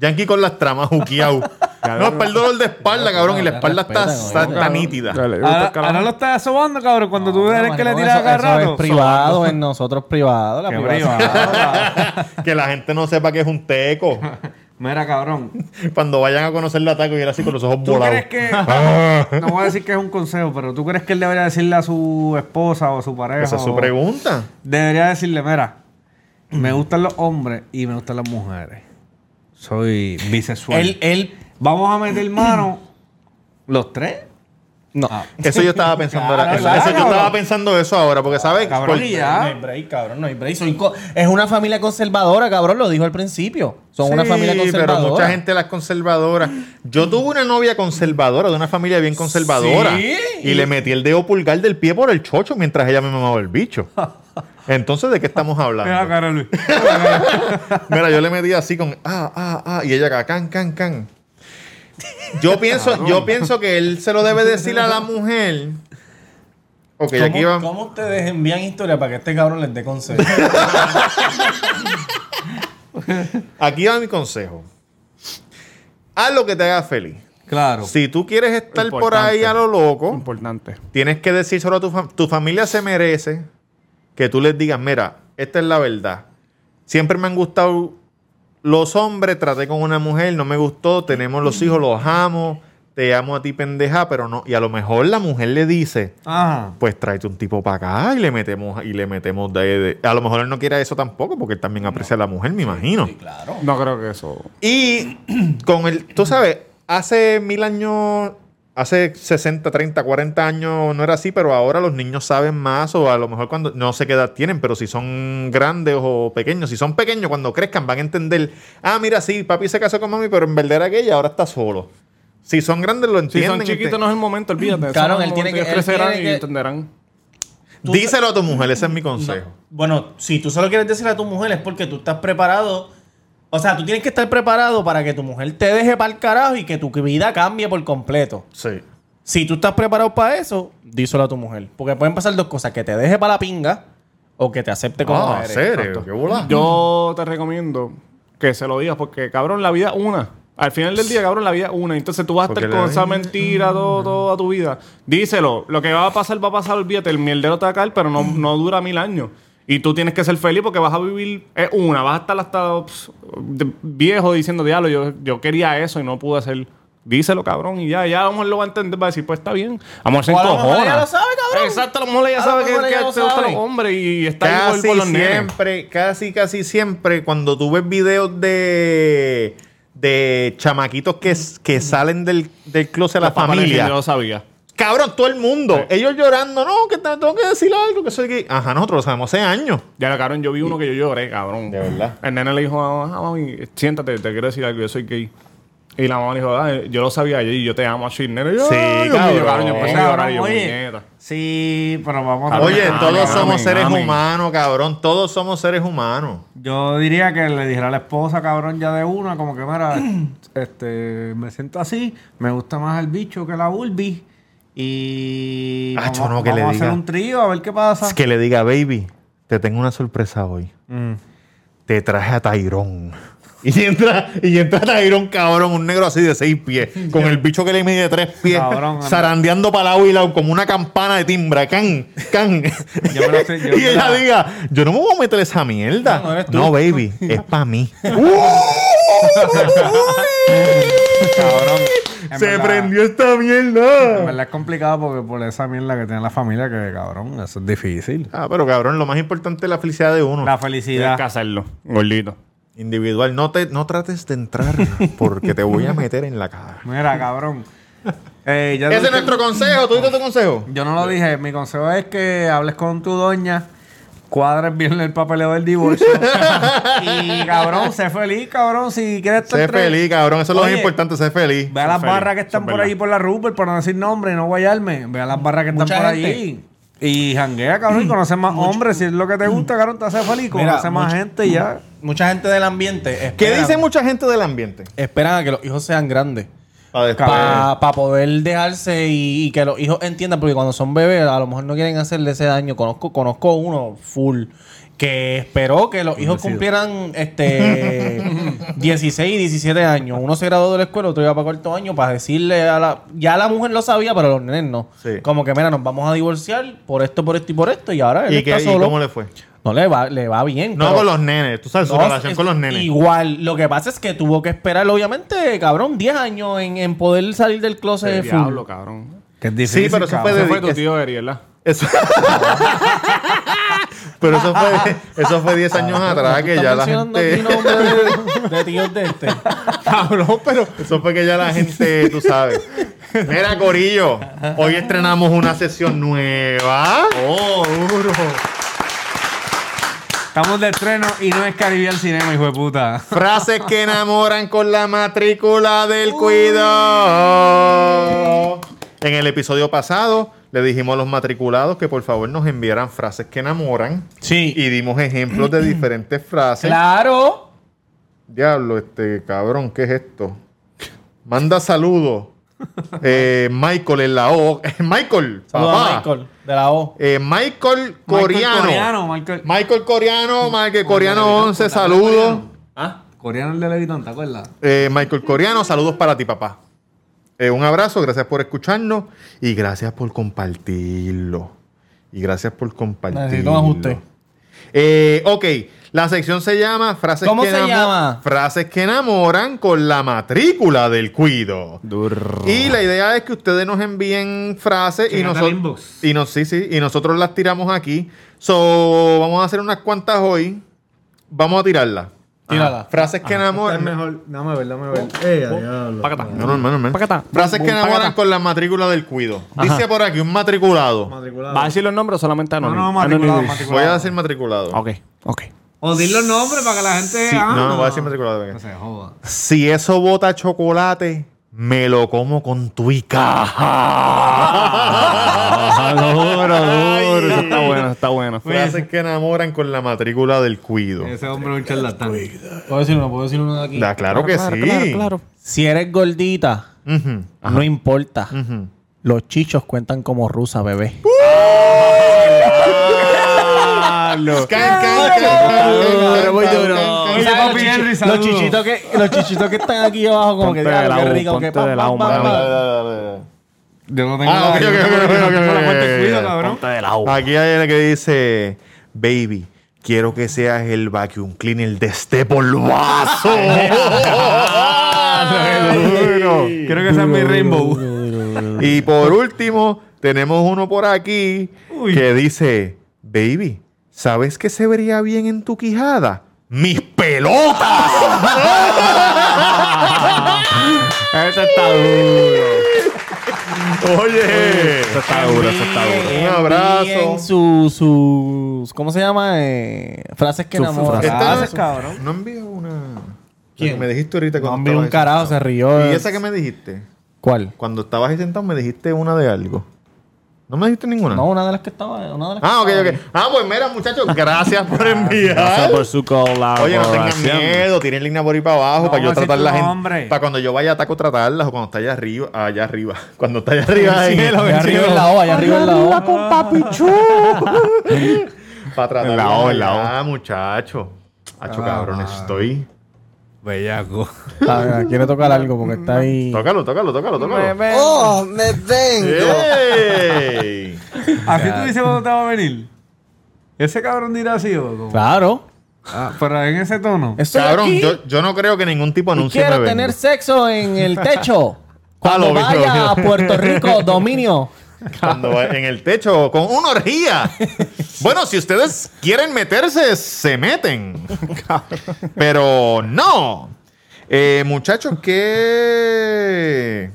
Yankee con las tramas juqueado. no, es para el dolor de espalda, cabrón. Y la espalda está, Respetan, está- oye. está nítida. Dale, Ahora, carajo. ahora lo estás sobando, cabrón. Cuando tú eres que le Marico, tiras a eso- cada eso rato. es privado, en nosotros privado, la Qué privacidad. *laughs* que la gente no sepa que es un teco. Mira, cabrón. Cuando vayan a conocer la taco y él así con los ojos ¿Tú volados. crees *laughs* que.? no voy a decir que es un consejo, pero ¿tú crees que él debería decirle a su esposa o a su pareja? Esa es su o- pregunta. Debería decirle, mira, me gustan los hombres y me gustan las mujeres. Soy bisexual. Él, él, Vamos a meter mano los tres. no. Eso yo estaba pensando ahora. Claro, Eso, eso yo claro. estaba pensando eso ahora, porque sabes. Cabrón, Por- y No hay ya. break, cabrón, no hay break. Soy co- es una familia conservadora, cabrón, lo dijo al principio. Son una Sí, familia conservadora. Pero mucha gente las conservadoras. Yo tuve una novia conservadora, de una familia bien conservadora. Sí. Y le metí el dedo pulgar del pie por el chocho mientras ella me mamaba el bicho. Entonces, ¿de qué estamos Mira, hablando? Carol Luis. Mira, yo le metí así con ah, ah, ah. Y ella acá, can, can, can. Yo pienso, yo pienso que él se lo debe decir *laughs* a la mujer. Ok, ¿Cómo, aquí va. cómo ustedes envían historia para que este cabrón les dé consejos? Aquí va mi consejo. Haz lo que te haga feliz. Claro. Si tú quieres estar por Importante. ahí a lo loco, Importante. tienes que decir solo a tu, fam- tu familia se merece que tú les digas, mira, esta es la verdad. Siempre me han gustado los hombres, traté con una mujer, no me gustó, tenemos los hijos, los amo, te amo a ti pendeja, pero no. Y a lo mejor la mujer le dice, Ajá. pues tráete un tipo para acá y le metemos y le metemos de, de- A lo mejor él no quiere eso tampoco porque él también aprecia a la mujer, me imagino. No creo que eso. Y *clears throat* con el, tú sabes, hace mil años, hace 60, 30, 40 años no era así, pero ahora los niños saben más o a lo mejor cuando, no sé qué edad tienen, pero si son grandes o pequeños, si son pequeños cuando crezcan van a entender, ah, mira, sí, papi se casó con mami, pero en verdad era aquella, ahora está solo. Si son grandes lo Si entienden. son chiquitos, no es el momento, olvídate. Cabrón, Eso no es él el tiene momento, que- ellos él crecerán tiene y que- entenderán. Tú- Díselo a tu mujer, ese es mi consejo. Bueno, si tú solo quieres decir a tu mujer es porque tú estás preparado. O sea, tú tienes que estar preparado para que tu mujer te deje para el carajo y que tu vida cambie por completo. Sí. Si tú estás preparado para eso, díselo a tu mujer. Porque pueden pasar dos cosas: que te deje para la pinga o que te acepte como Ah, eres. serio, qué bola. Yo te recomiendo que se lo digas porque, cabrón, la vida es una. Al final del día, cabrón, la vida es una. Entonces tú vas a estar Porque la con esa vida- mentira todo, toda tu vida. Díselo. Lo que va a pasar, va a pasar. Olvídate. El mierdero te va a caer, pero no, no dura mil años. Y tú tienes que ser feliz porque vas a vivir... Es una. Vas a estar hasta ps, de- viejo diciendo, diablo, yo, yo quería eso y no pude hacer... Díselo, cabrón, y ya, ya a lo mejor lo va a entender, va a decir, pues está bien. A lo mejor se O a lo mejor encojona. ella lo sabe, cabrón. Exacto, a lo mejor A ella lo sabe que, mejor que ella lo te gustan sabe. los hombres y está ahí casi por, por los nenes. siempre, casi, casi siempre, cuando tú ves videos de, de chamaquitos que, que salen del, del closet a la Los papás diciendo, Yo familia. lo sabía. Cabrón, todo el mundo. Ellos llorando, no, que te- tengo que decir algo, que soy gay. Ajá, nosotros lo sabemos hace años. Ya, cabrón, yo vi uno que yo lloré, cabrón. De verdad. El nene le dijo, ah, mami, siéntate, te quiero decir algo, yo soy gay. Y la mamá le dijo, ah, yo lo sabía ayer y yo te amo así, nene. Yo, Sí, ay, Dios mío, cabrón. Yo empecé a llorar y yo, puñeta. Sí, pero vamos a... Cabrón, Oye, amén, todos amén, somos seres amén. humanos, cabrón. Todos somos seres humanos. Yo diría que le dijera a la esposa, cabrón, ya de una, como que, mira, *clears throat* este, me siento así, me gusta más el bicho que la Bulbi. Y Ah, vamos, yo no, que le vamos a diga. hacer un trío, a ver qué pasa. Es que le diga, baby, te tengo una sorpresa hoy. Mm. Te traje a Tairón. *laughs* Y entra, y entra Tairón, cabrón, un negro así de seis pies, con el bicho que le mide tres pies, Cabrón, anda. zarandeando para lado y lado como una campana de timbra, can, can. Yo me *laughs* lo sé, yo y me ella la- diga, yo no me voy a meter esa mierda. No, No, no eres tú. *laughs* baby, es para mí. Uh, *laughs* Cabrón. en Se verdad- prendió esta En mierda. verdad es complicado porque por esa mierda que tiene la familia, que cabrón, eso es difícil. Ah, pero cabrón, lo más importante es la felicidad de uno. Tienes La que felicidad. hacerlo, gordito. Individual. No, te, no trates de entrar porque te voy a meter en la cara. Mira, cabrón. Eh, ya Ese dije- es nuestro consejo. ¿Tú diste tu consejo? Yo no lo dije. Mi consejo es que hables con tu doña cuadres bien el papeleo *laughs* del divorcio. y cabrón, sé feliz, cabrón. Si quieres estar Sé tres- feliz, cabrón. Eso es lo más Oye, importante, sé feliz. Ve a las feliz, barras que están son por verdad. allí por la Rupert, por no decir nombre y no guayarme. Ve a las barras que están Mucha por gente. allí. Y janguea, cabrón, y conoce más hombres. Si es lo que te gusta, cabrón, te hace feliz. Mira, Conoce más mucha- gente y ya. Mucha gente del ambiente ¿Qué espera- dice mucha gente del ambiente? esperan a que los hijos sean grandes. Pa' después. Para poder dejarse y, y que los hijos entiendan, porque cuando son bebés a lo mejor no quieren hacerle ese daño. Conozco, conozco uno full que esperó que los hijos cumplieran *laughs* este 16 y 17 años. Uno se graduó de la escuela, otro iba para cuarto año para decirle a la... Ya la mujer lo sabía, pero los nenes no. Sí. Como que, mira, nos vamos a divorciar por esto, por esto y por esto. Y ahora él ¿Y, está qué- y solo. cómo le fue? No le va, le va bien. No pero- con los nenes. Tú sabes, su no, relación es- con los nenes. Igual, lo que pasa es que tuvo que esperar, obviamente, cabrón, 10 años en, en poder salir del closet El full. diablo, cabrón. Que es difícil. pero eso fue cabrón. Ese de- fue tu tío Eri, ¿verdad? Eso- *laughs* Pero eso fue eso fue 10 años atrás que ¿Estás ya la mencionando gente aquí nombre de, de tíos de este? *laughs* Cabrón, pero eso fue que ya la gente, tú sabes. Mira, Corillo, hoy estrenamos una sesión nueva. Oh, duro. Estamos de estreno y no es Caribe al cinema, hijo de puta. Frases que enamoran con la matrícula del cuidado. En el episodio pasado le dijimos a los matriculados que por favor nos enviaran frases que enamoran Sí. y dimos ejemplos de diferentes frases. Claro. Diablo, este cabrón, ¿qué es esto? Manda saludos. Eh, Michael en la O. Eh, Michael, Saludos papá. a Michael, de la O. Eh, Michael Coreano. Michael Michael Coreano, Coreano, Michael Michael. Coreano, Coreano11, saludos. ¿Ah? Coreano el de Levitón, ¿te acuerdas? Eh, Michael Coreano, saludos para ti, papá. Eh, un abrazo, gracias por escucharnos y gracias por compartirlo. Y gracias por compartirlo. Necesito un ajuste. Eh, ok, la sección se llama Frases ¿Cómo que se enamo- llama? Frases que enamoran con la matrícula del cuido. Y la idea es que ustedes nos envíen frases y Llegando al nosotros inbox. y nos sí, sí, y nosotros las tiramos aquí. So, vamos a hacer unas cuantas hoy. Vamos a tirarlas. Tírala. Frases que enamoran. mejor. Dame ver, dame ver. Eh, diablo. No, no, hermano, hermano. Pacata. Frases que Pacata. enamoran con la matrícula del cuido. Dice por aquí un matriculado. Matriculado. ¿Va a decir los nombres o solamente No, anónimo? no, matriculado, Anónimo. matriculado. Voy a decir matriculado. Ok, ok. O di los nombres para que la gente. Sí, ah, no, no, voy a decir matriculado. No se joda. Si eso bota chocolate, me lo como con tuica. *laughs* Ah, *laughs* duro, duro. Eso está bueno, está bueno. Frases que enamoran con la matrícula del cuido. Ese hombre es un charlatán. Puedo decir uno, puedo decir uno de aquí. Da, claro, que sí. Si eres gordita, Ujú, no importa. ujú. Los chichos cuentan como rusa, bebé. Can, can, can, can, can, Duro, muy can, duro. can, can. Oye, papi Henry, Los saludos. chichitos que, los chichitos que están aquí abajo, como Ponte que de "Diablo, qué lado, rico, ponte que pam, de lado, pam, pam, Dale, pam". dale, dale, dale. Yo no tengo Ah, la- ok, ok, yo no tengo ok, ok, la cuenta de ok, cuido, ok. cabrón. de lado. Aquí hay el que dice, baby, quiero que seas el vacuum cleaner de este *laughs* polvazo. Quiero que sea mi rainbow. y por último, tenemos uno por aquí Uy. que dice, baby, ¿sabes qué se vería bien en tu quijada? ¡Mis pelotas! *laughs* Este Eso está duro. Oye, Eso está duro, eso está duro. Un abrazo. Envíen su- sus. ¿Cómo se llama? Eh, frases que Ah, Sus enamoran. frases. Esta- Gracias, cabrón. No envío una... ¿Quién? La que me dijiste ahorita No, cuando hombre, un estabas carajo, se rió. sentado. ¿Y esa que me dijiste? ¿Cuál? Cuando estabas ahí sentado me dijiste una de algo. ¿No me dijiste ninguna? No, una de las que estaba. Una de las Ah, ok, que estaba ok. Ah, pues mira, muchachos, gracias por Gracias enviar. por su colaboración. Oye, no tengan miedo, tienen línea por ahí para abajo No, para yo vamos a tratar decir la tu gente. nombre. Para cuando yo vaya a taco tratarlas o cuando está allá arriba, ah, allá arriba. *laughs* Cuba. Cuando está allá arriba Sí, en el lo Allá arriba en la O, allá arriba en la O. con Para tratarlas. En la O, en la O. Ah, muchacho. Hacho, cabrón, estoy. Bellaco. Quiere tocar algo porque está ahí. Tócalo, tócalo, tócalo, tócalo. Oh, me vengo. ¡Ey! ¿Así tú dices cuando te va a venir? Ese cabrón dirá así o cómo? Claro. Ah, pero en ese tono. Estoy Cabrón, aquí yo, yo no creo que ningún tipo y anuncie quiero me venga. tener sexo en el *laughs* techo. Cuando lo vi, lo vi. vaya a Puerto *laughs* Rico, dominio. Cuando *laughs* va en el techo con una orgía. Bueno, si ustedes quieren meterse, se meten. Pero no. Eh, muchachos, ¿qué?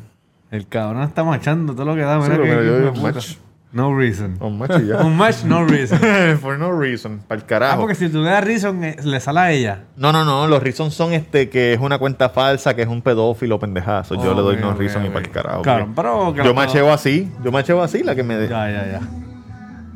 El cabrón está machando todo lo que da. Sí, Mira pero que- yo- que yo- puta. mach- No reason. Un macho y ya. Un match, no reason. *laughs* For no reason. Para el Ah, carajo. porque si tú le das reason, eh, le sale a ella. No, no, no. Los reasons son este que es una cuenta falsa, que es un pedófilo, pendejazo. Yo Oh, le doy ok, no ok, reason y ok. para el carajo. Claro, porque pero... Yo macheo así. Yo macheo así la que me dé. Ya, ya, ya.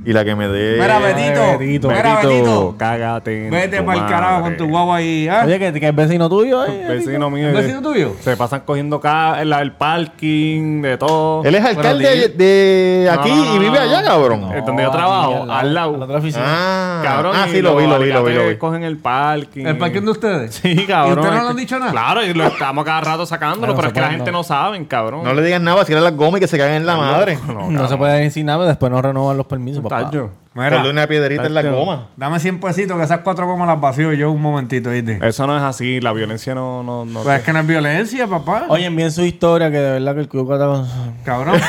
Y la que me dé. Mira, Eh, Ay, Betito. Betito, Mira, Betito. Cágate. en Vete tu para el carajo con madre. tu guagua ahí. ¿ah? Oye, que, que es vecino tuyo. eh, Vecino mío. ¿Un de- vecino tuyo? Se pasan cogiendo ca- el, el parking, de todo. Él es alcalde de aquí No, no, y no, vive no. allá, cabrón. Eh, donde yo trabajo, al, lado. A la otra oficina. Ah, Cabrón, ah, y sí, lo vi, lo vi, lo vi, alicates lo vi. Cogen el parking. ¿El parking de ustedes? Sí, cabrón. este ¿Y ustedes no le han dicho nada? Claro, y lo estamos cada rato sacándolo, Claro, pero no es se que la puede, gente no. no saben, cabrón. No le digan nada, si las gomas y que se caigan en la madre. No se puede decir nada, pero después no renovan los permisos, papá. Tacho. Mira, Ponle una piedrita en la Tacho. goma. dame 100 pesitos que esas cuatro gomas las vacío yo un momentito, ¿viste? Eso no es así, la violencia no... no, no Pues es que no es violencia, papá. Oye, envíen su historia, que de verdad que el cuyo Cabrón.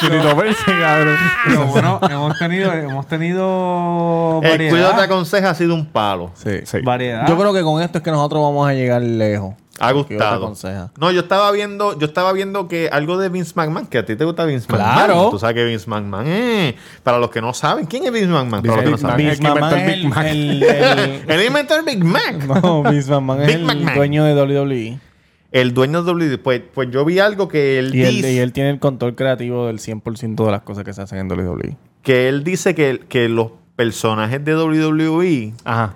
Tito *laughs* Percy, cabrón. Pero bueno, hemos tenido, hemos tenido El variedad. cuidado te aconseja ha sido un palo. Sí. Sí. Variedad. Yo creo que con esto es que nosotros vamos a llegar lejos. Ha Porque yo te gustado. aconseja. No, yo estaba viendo, yo estaba viendo que algo de Vince McMahon, que a ti te gusta Vince McMahon. Claro. Tú sabes que Vince McMahon, eh, para los que no saben, ¿quién es Vince McMahon? Para los que no Vince saben. McMahon. Vince El que inventó McMahon es el Big Mac. el- el- Él inventó *laughs* el Big Mac. No, Vince McMahon es Big el McMahon. dueño de E. WWE. El dueño de WWE. Pues, pues yo vi algo que él Y él, dice. y él tiene el control creativo del 100% de las cosas que se hacen en E. WWE. Que él dice que, que los personajes de WWE, Ajá.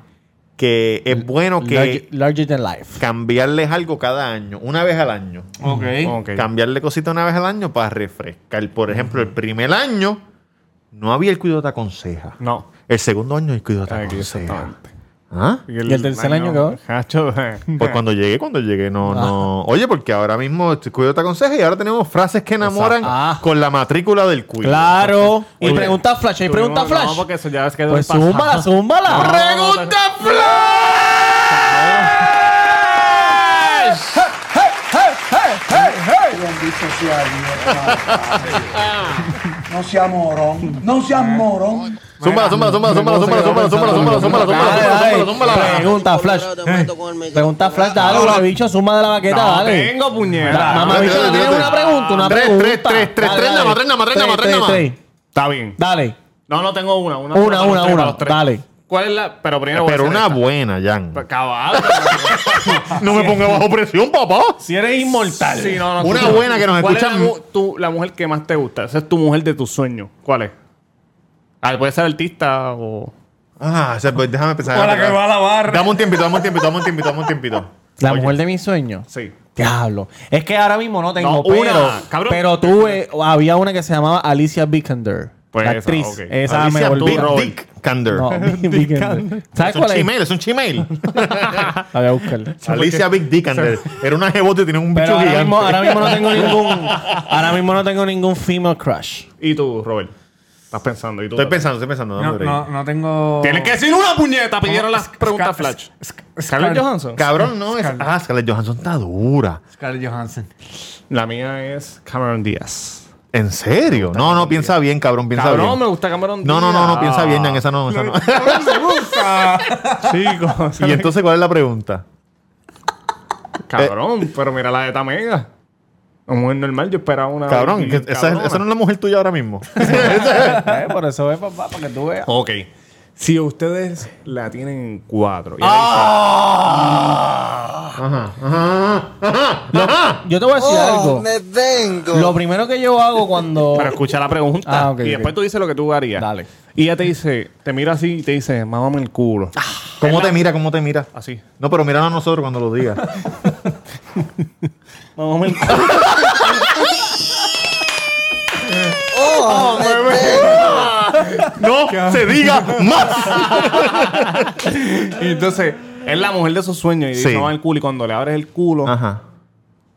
que es bueno que Larger, larger than life. cambiarles algo cada año, una vez al año. Ok. Ok. Cambiarle cositas una vez al año para refrescar. Por ejemplo, el primer año no había el cuidado te aconseja. No. El segundo año el cuidado te Aquí, aconseja. exactamente. *laughs* ¿Ah? ¿Y el tercer año qué va? Cacho, eh. Pues cuando llegué, cuando llegué, no, Ah. no. Oye, porque ahora mismo el cuido te aconseja y ahora tenemos frases que enamoran Exacto. Ah. con la matrícula del cuido. Claro. Y Oye, pregunta Flash. Y pregunta Tuvimos- No, Flash. porque eso ya es que... pues zúmbala, zúmbala. ¡Pregunta Flash! Bendito sea Dios. No seas morón. No seas morón. Zúmbala, zúmbala, zúmbala, zúmbala, zúmbala, zúmbala, zúmbala, zúmbala, zúmbala, Dale, zúmbala, dale. zúmbala, zúmbala. Pregunta Flash. Pregunta Flash. Dale, una bicho. Suma de la baqueta. No dale. tengo, puñera. Da- Mamá, Dale, bicho, dale, tienes dale. una pregunta. Una Tres, pregunta. tres, tres, tres, Dale, tres, dale. nada más, tres, nada más, tres, nada más, Tres, tres, tres, nada Está bien. Dale. No, no tengo una. Una, Una, para una, los tres, una. para los tres. Dale. ¿Cuál es la...? Pero primero voy a Eh, Pero hacer una esta. buena, Jan. Pa- Caballo. *laughs* No me ponga bajo presión, papá. Si eres inmortal. *laughs* Sí, no, no, Una escucha. buena que nos ¿Cuál escuchan- es la, mu- tu- la mujer que más te gusta? Esa es tu mujer de tus sueños. ¿Cuál es? Ah, puede ser artista o. Ah, o sea, pues déjame pensar. la barra. Dame un tiempito, dame un tiempito, dame un tiempito, dame un tiempito. La mujer de mis sueños. Sí. Diablo. Es que ahora mismo no tengo, No, una, pero, cabrón. pero tuve, había una que se llamaba Alicia Vikander. Pues la esa, actriz. ok. Esa me Alicia volvió. Big Dick Kander. No, *laughs* Vikander. ¿Sabes Es un cuál es? chimel, es un chimel. La voy a buscar. Alicia Big Dick Kander. Era una jebote y tenía un bicho Pero ahora gigante. mismo, ahora mismo no *laughs* tengo ningún. ahora mismo no tengo ningún female crush. ¿Y tú, Robert? Estás pensando. ¿Y tú? Estoy pensando, estoy pensando. dame No, un break. no, no tengo. Tienes que decir una puñeta. Pidieron las Scar- preguntas Scar- flash. Scar- Oh, ¿Scarlett Scar- Johansson? Cabrón, no. Es... Ah, Scarlett Johansson está dura. Scarlett *laughs* Johansson. La mía es Cameron Díaz. ¿En serio? No, no, piensa bien, cabrón, piensa Cabrón, bien. me gusta Cameron Díaz. No, no, no, no, piensa bien, Jan, esa no, esa no. ¡Me gusta! *laughs* Chicos. y entonces, ¿cuál es la pregunta? Cabrón, pero mira la de Tamega. eh, Una mujer normal, yo esperaba una. Cabrón, que esa, cabrona. esa no es la mujer tuya ahora mismo. Eh, por eso es, papá, para que tú veas. Ok. Si ustedes la tienen en cuatro. y Yo te voy a decir algo. Oh, Me vengo. Lo primero que yo hago cuando. Pero escucha la pregunta. Ah, ok, y ok. después tú dices lo que tú harías. Dale. Y ella te dice, te mira así y te dice, mámame el culo. ¿Cómo te mira? ¿Cómo te mira? Así. No, pero mira a nosotros cuando lo digas. Mamá, me- *laughs* *laughs* Oh, me vengo. ¡No se diga más! Y entonces, es la mujer de sus sueños. Y Sí. dice, mámame el culo. Y cuando le abres el culo, Ajá.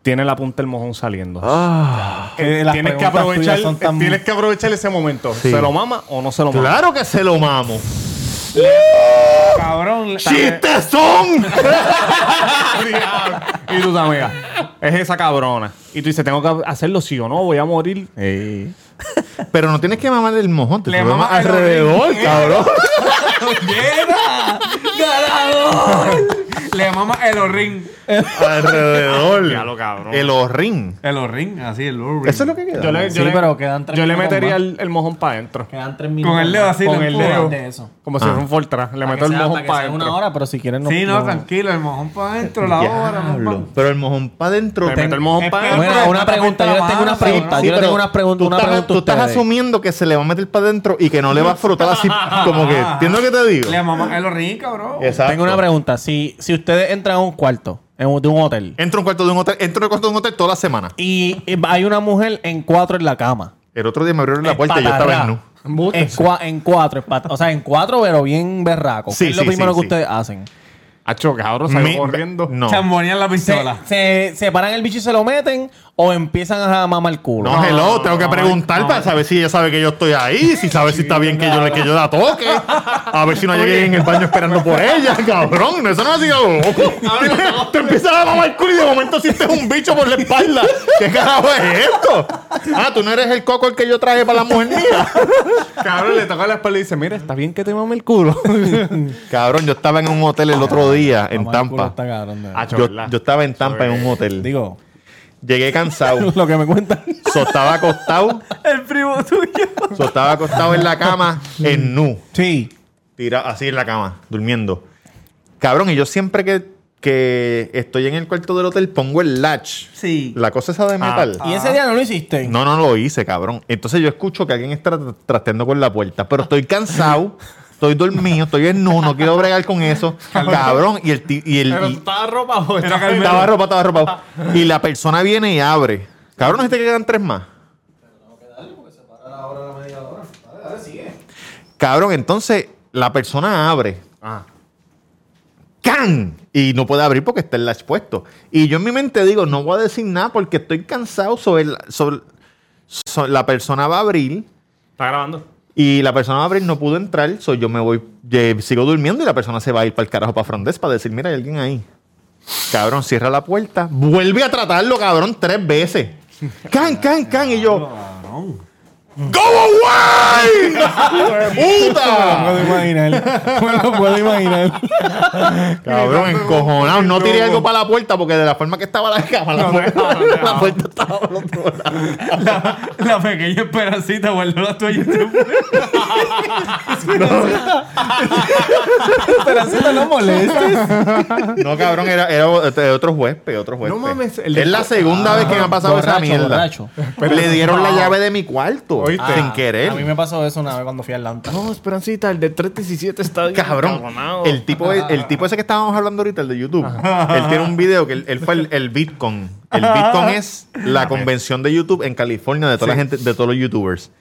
tiene la punta del mojón saliendo. Ah. que las tienes, que preguntas tuyas aprovechar, son tan- tienes que aprovechar ese momento. Sí. ¿Se lo mama o no se lo mama? ¡Claro que se lo mamo! Cabrón. la- ¡Chistes son! *laughs* y tú, amiga, es esa cabrona. Y tú dices, tengo que hacerlo sí o no, voy a morir. Ey. Pero no tienes que mamar el mojón, te Le lo mamas mamas el alrededor, orín. cabrón. ¡Llega! ¡Ganador! le llamamos el orring. *laughs* Alrededor. Ya lo cabrón. El orrín. El orring, así, el orring. Eso es lo que queda. Yo le, yo Sí, le- pero quedan tres Yo le minutos metería más. el, el mojón para adentro. Quedan tres minutos. el dedo más. así, Con le el empujas. dedo. De eso. Como Ah. si fuera un Fortra. Le meto el sea- mojón que para sea adentro. una hora, pero si quieren Sí, no, tranquilo, el mojón para adentro, la hora, el Diablo. mojón pa'. Pero el mojón para adentro. Le meto *laughs* el mojón para adentro. Bueno, una pregunta. Yo les tengo unas preguntas. Sí, Yo les tengo pero unas preguntas. tú Una estás- pregunta. Tú a estás ustedes. asumiendo que se le va a meter para adentro y que no le va a frotar así, *laughs* como que. ¿Entiendes lo que te digo? Le llamamos el orring, cabrón. Exacto. Tengo una pregunta. Si, si ustedes entran a un cuarto en un- de un hotel Entro a un cuarto de un hotel, entro a un cuarto de un hotel toda la semana. y eh, hay una mujer en cuatro en la cama. El otro día me abrieron la Es puerta y yo estaba patarra. en nu. Embuste. En, cua- en cuatro, es pat- o sea, en cuatro, pero bien berraco. ¿Qué Sí, es lo sí, primero que sí, sí. ustedes hacen? Hacho, cabrón, salgo Mi- corriendo. No. Chambonean la ¿Se, pistola. se, se paran el bicho y se lo meten o empiezan a mamar el culo? No, hello, tengo que preguntar para saber si ella sabe que yo estoy ahí, si sabe si está bien que yo, le- que yo la toque, a ver si no llegué en el baño esperando por ella, *laughs* cabrón. Eso no ha sido loco. Te empiezas a mamar el culo y de momento sientes un bicho por la espalda. ¿Qué carajo es esto? Ah, tú no eres el coco el que yo traje para la mujer mía. Cabrón, le toca la espalda y dice, mira, está bien que te mame el culo. Cabrón, yo estaba en un hotel el otro día en Mamar el culo Tampa. Ah, está cabrón, de verdad. Hacho, Yo, ¿verdad? yo estaba en Tampa en un hotel. Digo, *laughs* Llegué cansado. lo que me cuentan. So, estaba acostado. el primo tuyo. So, estaba acostado en la cama en nu. Sí. tira así en la cama, durmiendo. Cabrón, y yo siempre que, que estoy en el cuarto del hotel pongo el latch. Sí. La cosa esa de metal. ¿Y ese día no lo hiciste? No, no lo hice, cabrón. Entonces yo escucho que alguien está tra- trasteando con la puerta, pero estoy cansado. Estoy dormido, estoy en nu, no quiero bregar con eso. Cabrón, y el ti- y el Pero y- estaba ropa, joder. Era Carmelo. estaba ropa, estaba ropa. Y la persona viene y abre. Cabrón, ¿no dijiste que quedan tres más? Cabrón, entonces la persona abre. Ah. ¡Can! Y no puede abrir porque está el latch puesto. Y yo en mi mente digo, no voy a decir nada porque estoy cansado sobre, el- sobre- so- la persona va a abrir Está grabando. y la persona va a abrir, no pudo entrar, so yo me voy, ye- sigo durmiendo y la persona se va a ir para el carajo para Frondes para decir, mira, hay alguien ahí. Cabrón, cierra la puerta, vuelve a tratarlo, cabrón, tres veces. ¡Can, can, can! Y yo, Cabrón. ¡Go away! Me lo ¡Puta! puedo imaginar. Me lo puedo imaginar. Cabrón, encojonado. No tiré algo para la puerta porque de la forma que estaba la *laughs* cama, la, puerta, la puerta estaba al otro lado. La, *laughs* la pequeña esperancita guardó la toalla. Pero así no lo molestes. No, cabrón, era, era este, otro huésped, otro huésped. No mames, el de- es la segunda vez que me ha pasado esa borracho, mierda. borracho. Le dieron la No. llave de mi cuarto Oíste. sin querer. Ah. A mí me pasó eso una vez cuando fui a Atlanta. No, Esperancita, el de 317 está bien Cabrón, cabronado. el tipo, el, el tipo ese que estábamos hablando ahorita, el de YouTube, él tiene un video que él, él fue el, el Bitcoin. El Bitcoin es la convención de YouTube en California de toda la gente, de todos los YouTubers.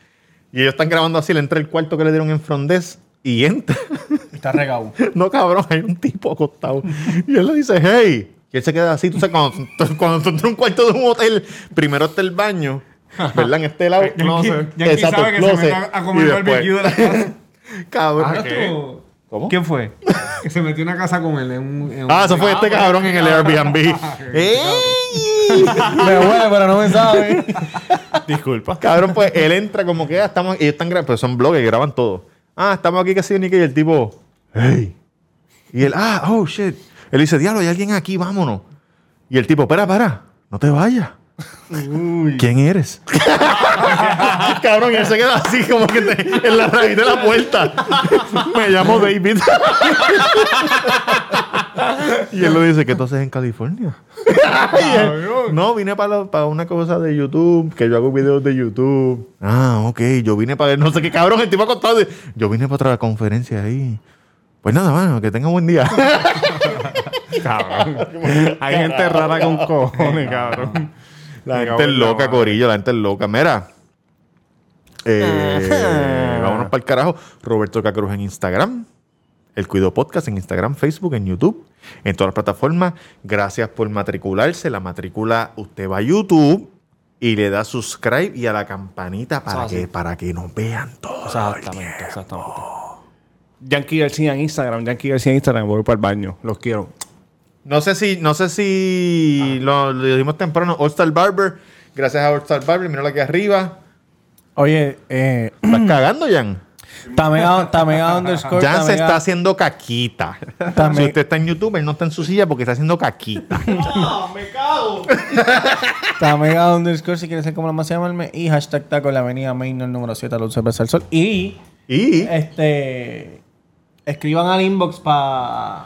Y ellos están grabando así, le entra el cuarto que le dieron en Frondes y entra. *laughs* Está regado. No, cabrón, hay un tipo acostado. Y él le dice, hey. Y él se queda así. Tú sabes, cuando, tú- cuando *laughs* tú entras a un cuarto de un hotel, primero está el baño, ¿verdad? En este lado. closet. Ya que Exacto, sabe que se closet. mete a, a comer Y el después- barbecue de la casa. Cabrón. Ah, ¿qué? ¿Tú? ¿Cómo? ¿Quién fue? Que se metió en una casa con él. En un, en Ah, un- eso fue este cabrón en el Airbnb. ¡Ey! Me huele, pero no me sabe. Disculpa. Cabrón, pues él entra como que ah, estamos. Ellos están grabando, pero son blogs graban todo. Ah, estamos aquí que sí, Nicky. Y el tipo, hey. Y él, ah, oh shit. Él dice, diablo, hay alguien aquí, vámonos. Y el tipo, espera, para, no te vayas. ¿Quién eres? *laughs* Cabrón, y él se queda así como que te- en la raíz de la puerta. Me llamo David. *laughs* y él le dice, ¿qué entonces en California? Y él, no, vine para, lo- para una cosa de YouTube, que yo hago videos de YouTube. Ah, ok, yo vine para no sé qué cabrón, el tipo acostado. de- Yo vine para otra conferencia ahí. Pues nada, mano, que tenga buen día. *laughs* Cabrón. Hay gente rara con cojones, cabrón. La gente es loca, Corillo, la gente es loca. Mira. Eh, vámonos para el carajo. Roberto Cacruz en Instagram. El Cuido Podcast en Instagram, Facebook, en YouTube, en todas las plataformas. Gracias por matricularse. La matrícula, usted va a YouTube y le da subscribe y a la campanita para, que, para que nos vean todos. Exactamente, exactamente. Yankee García en Instagram, Yankee García en Instagram, voy para el baño, los quiero. No sé si, no sé si lo, lo dijimos temprano. All Star Barber. Gracias a All Star Barber. Míralo aquí arriba. Oye, eh, ¿Estás cagando, Jan? Tamega, tamega *laughs* underscore. Jan se tamega- está haciendo caquita. También. Si usted está en YouTube, él no está en su silla porque está haciendo caquita. Tamega underscore si quieres ser como la más llamarme. Y hashtag taco en la avenida Main, el número 7, Luz Cerveza del Sol. Y y. Eh, este. Escriban al inbox para.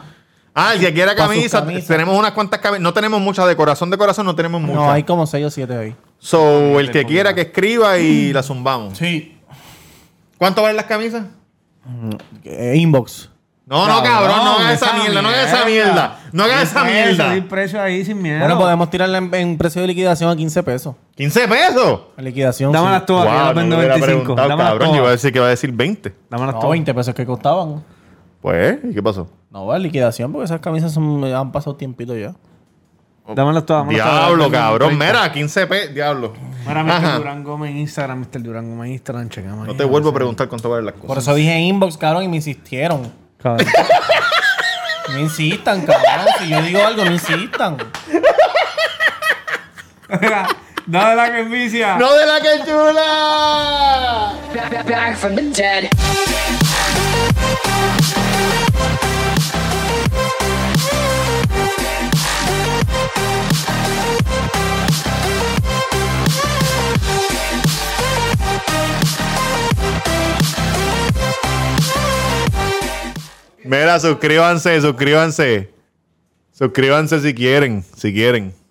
Ah, el que quiera Pa' sus camisa, camisas. tenemos unas cuantas camisas. No tenemos muchas de corazón, de corazón, no tenemos muchas. No, hay como 6 o 7 hoy. So, el que quiera que escriba y la zumbamos. Sí. ¿Cuánto valen las camisas? Eh, inbox. No, no, Cabrón, cabrón, no hagas esa esa mierda, no hagas esa mierda. mierda. No hagas esa mierda. Subir precio ahí sin miedo. Bueno, podemos tirarla en, en precio de liquidación a 15 pesos. 15 pesos. En liquidación. Dámelas sí. todas, que yo las no vendo me hubiera 25. preguntado, Dámelas cabrón, yo iba a todas. decir que iba a decir 20. Dámelas No, todas. 20 pesos que costaban. Pues, ¿y qué pasó? No, va, liquidación, porque esas camisas son- han pasado tiempito ya. Dámelas todas. dámelas todas. Diablo, Dámelas cabrón. todas. Mira, 15 pesos. Diablo. Mira, Ajá. Mr. Durán Gómez en Instagram, Mr. Durán Gómez en Instagram, checamos. No te vuelvo a preguntar cuánto valen las Por cosas. eso dije inbox, cabrón, y me insistieron. Cabrón. No insistan, cabrón. Si yo digo algo, no insistan. Mira, *laughs* dale la que envicia. ¡No de la que chula! Back, back, back from the dead. Mira, suscríbanse, suscríbanse. Suscríbanse si quieren, si quieren.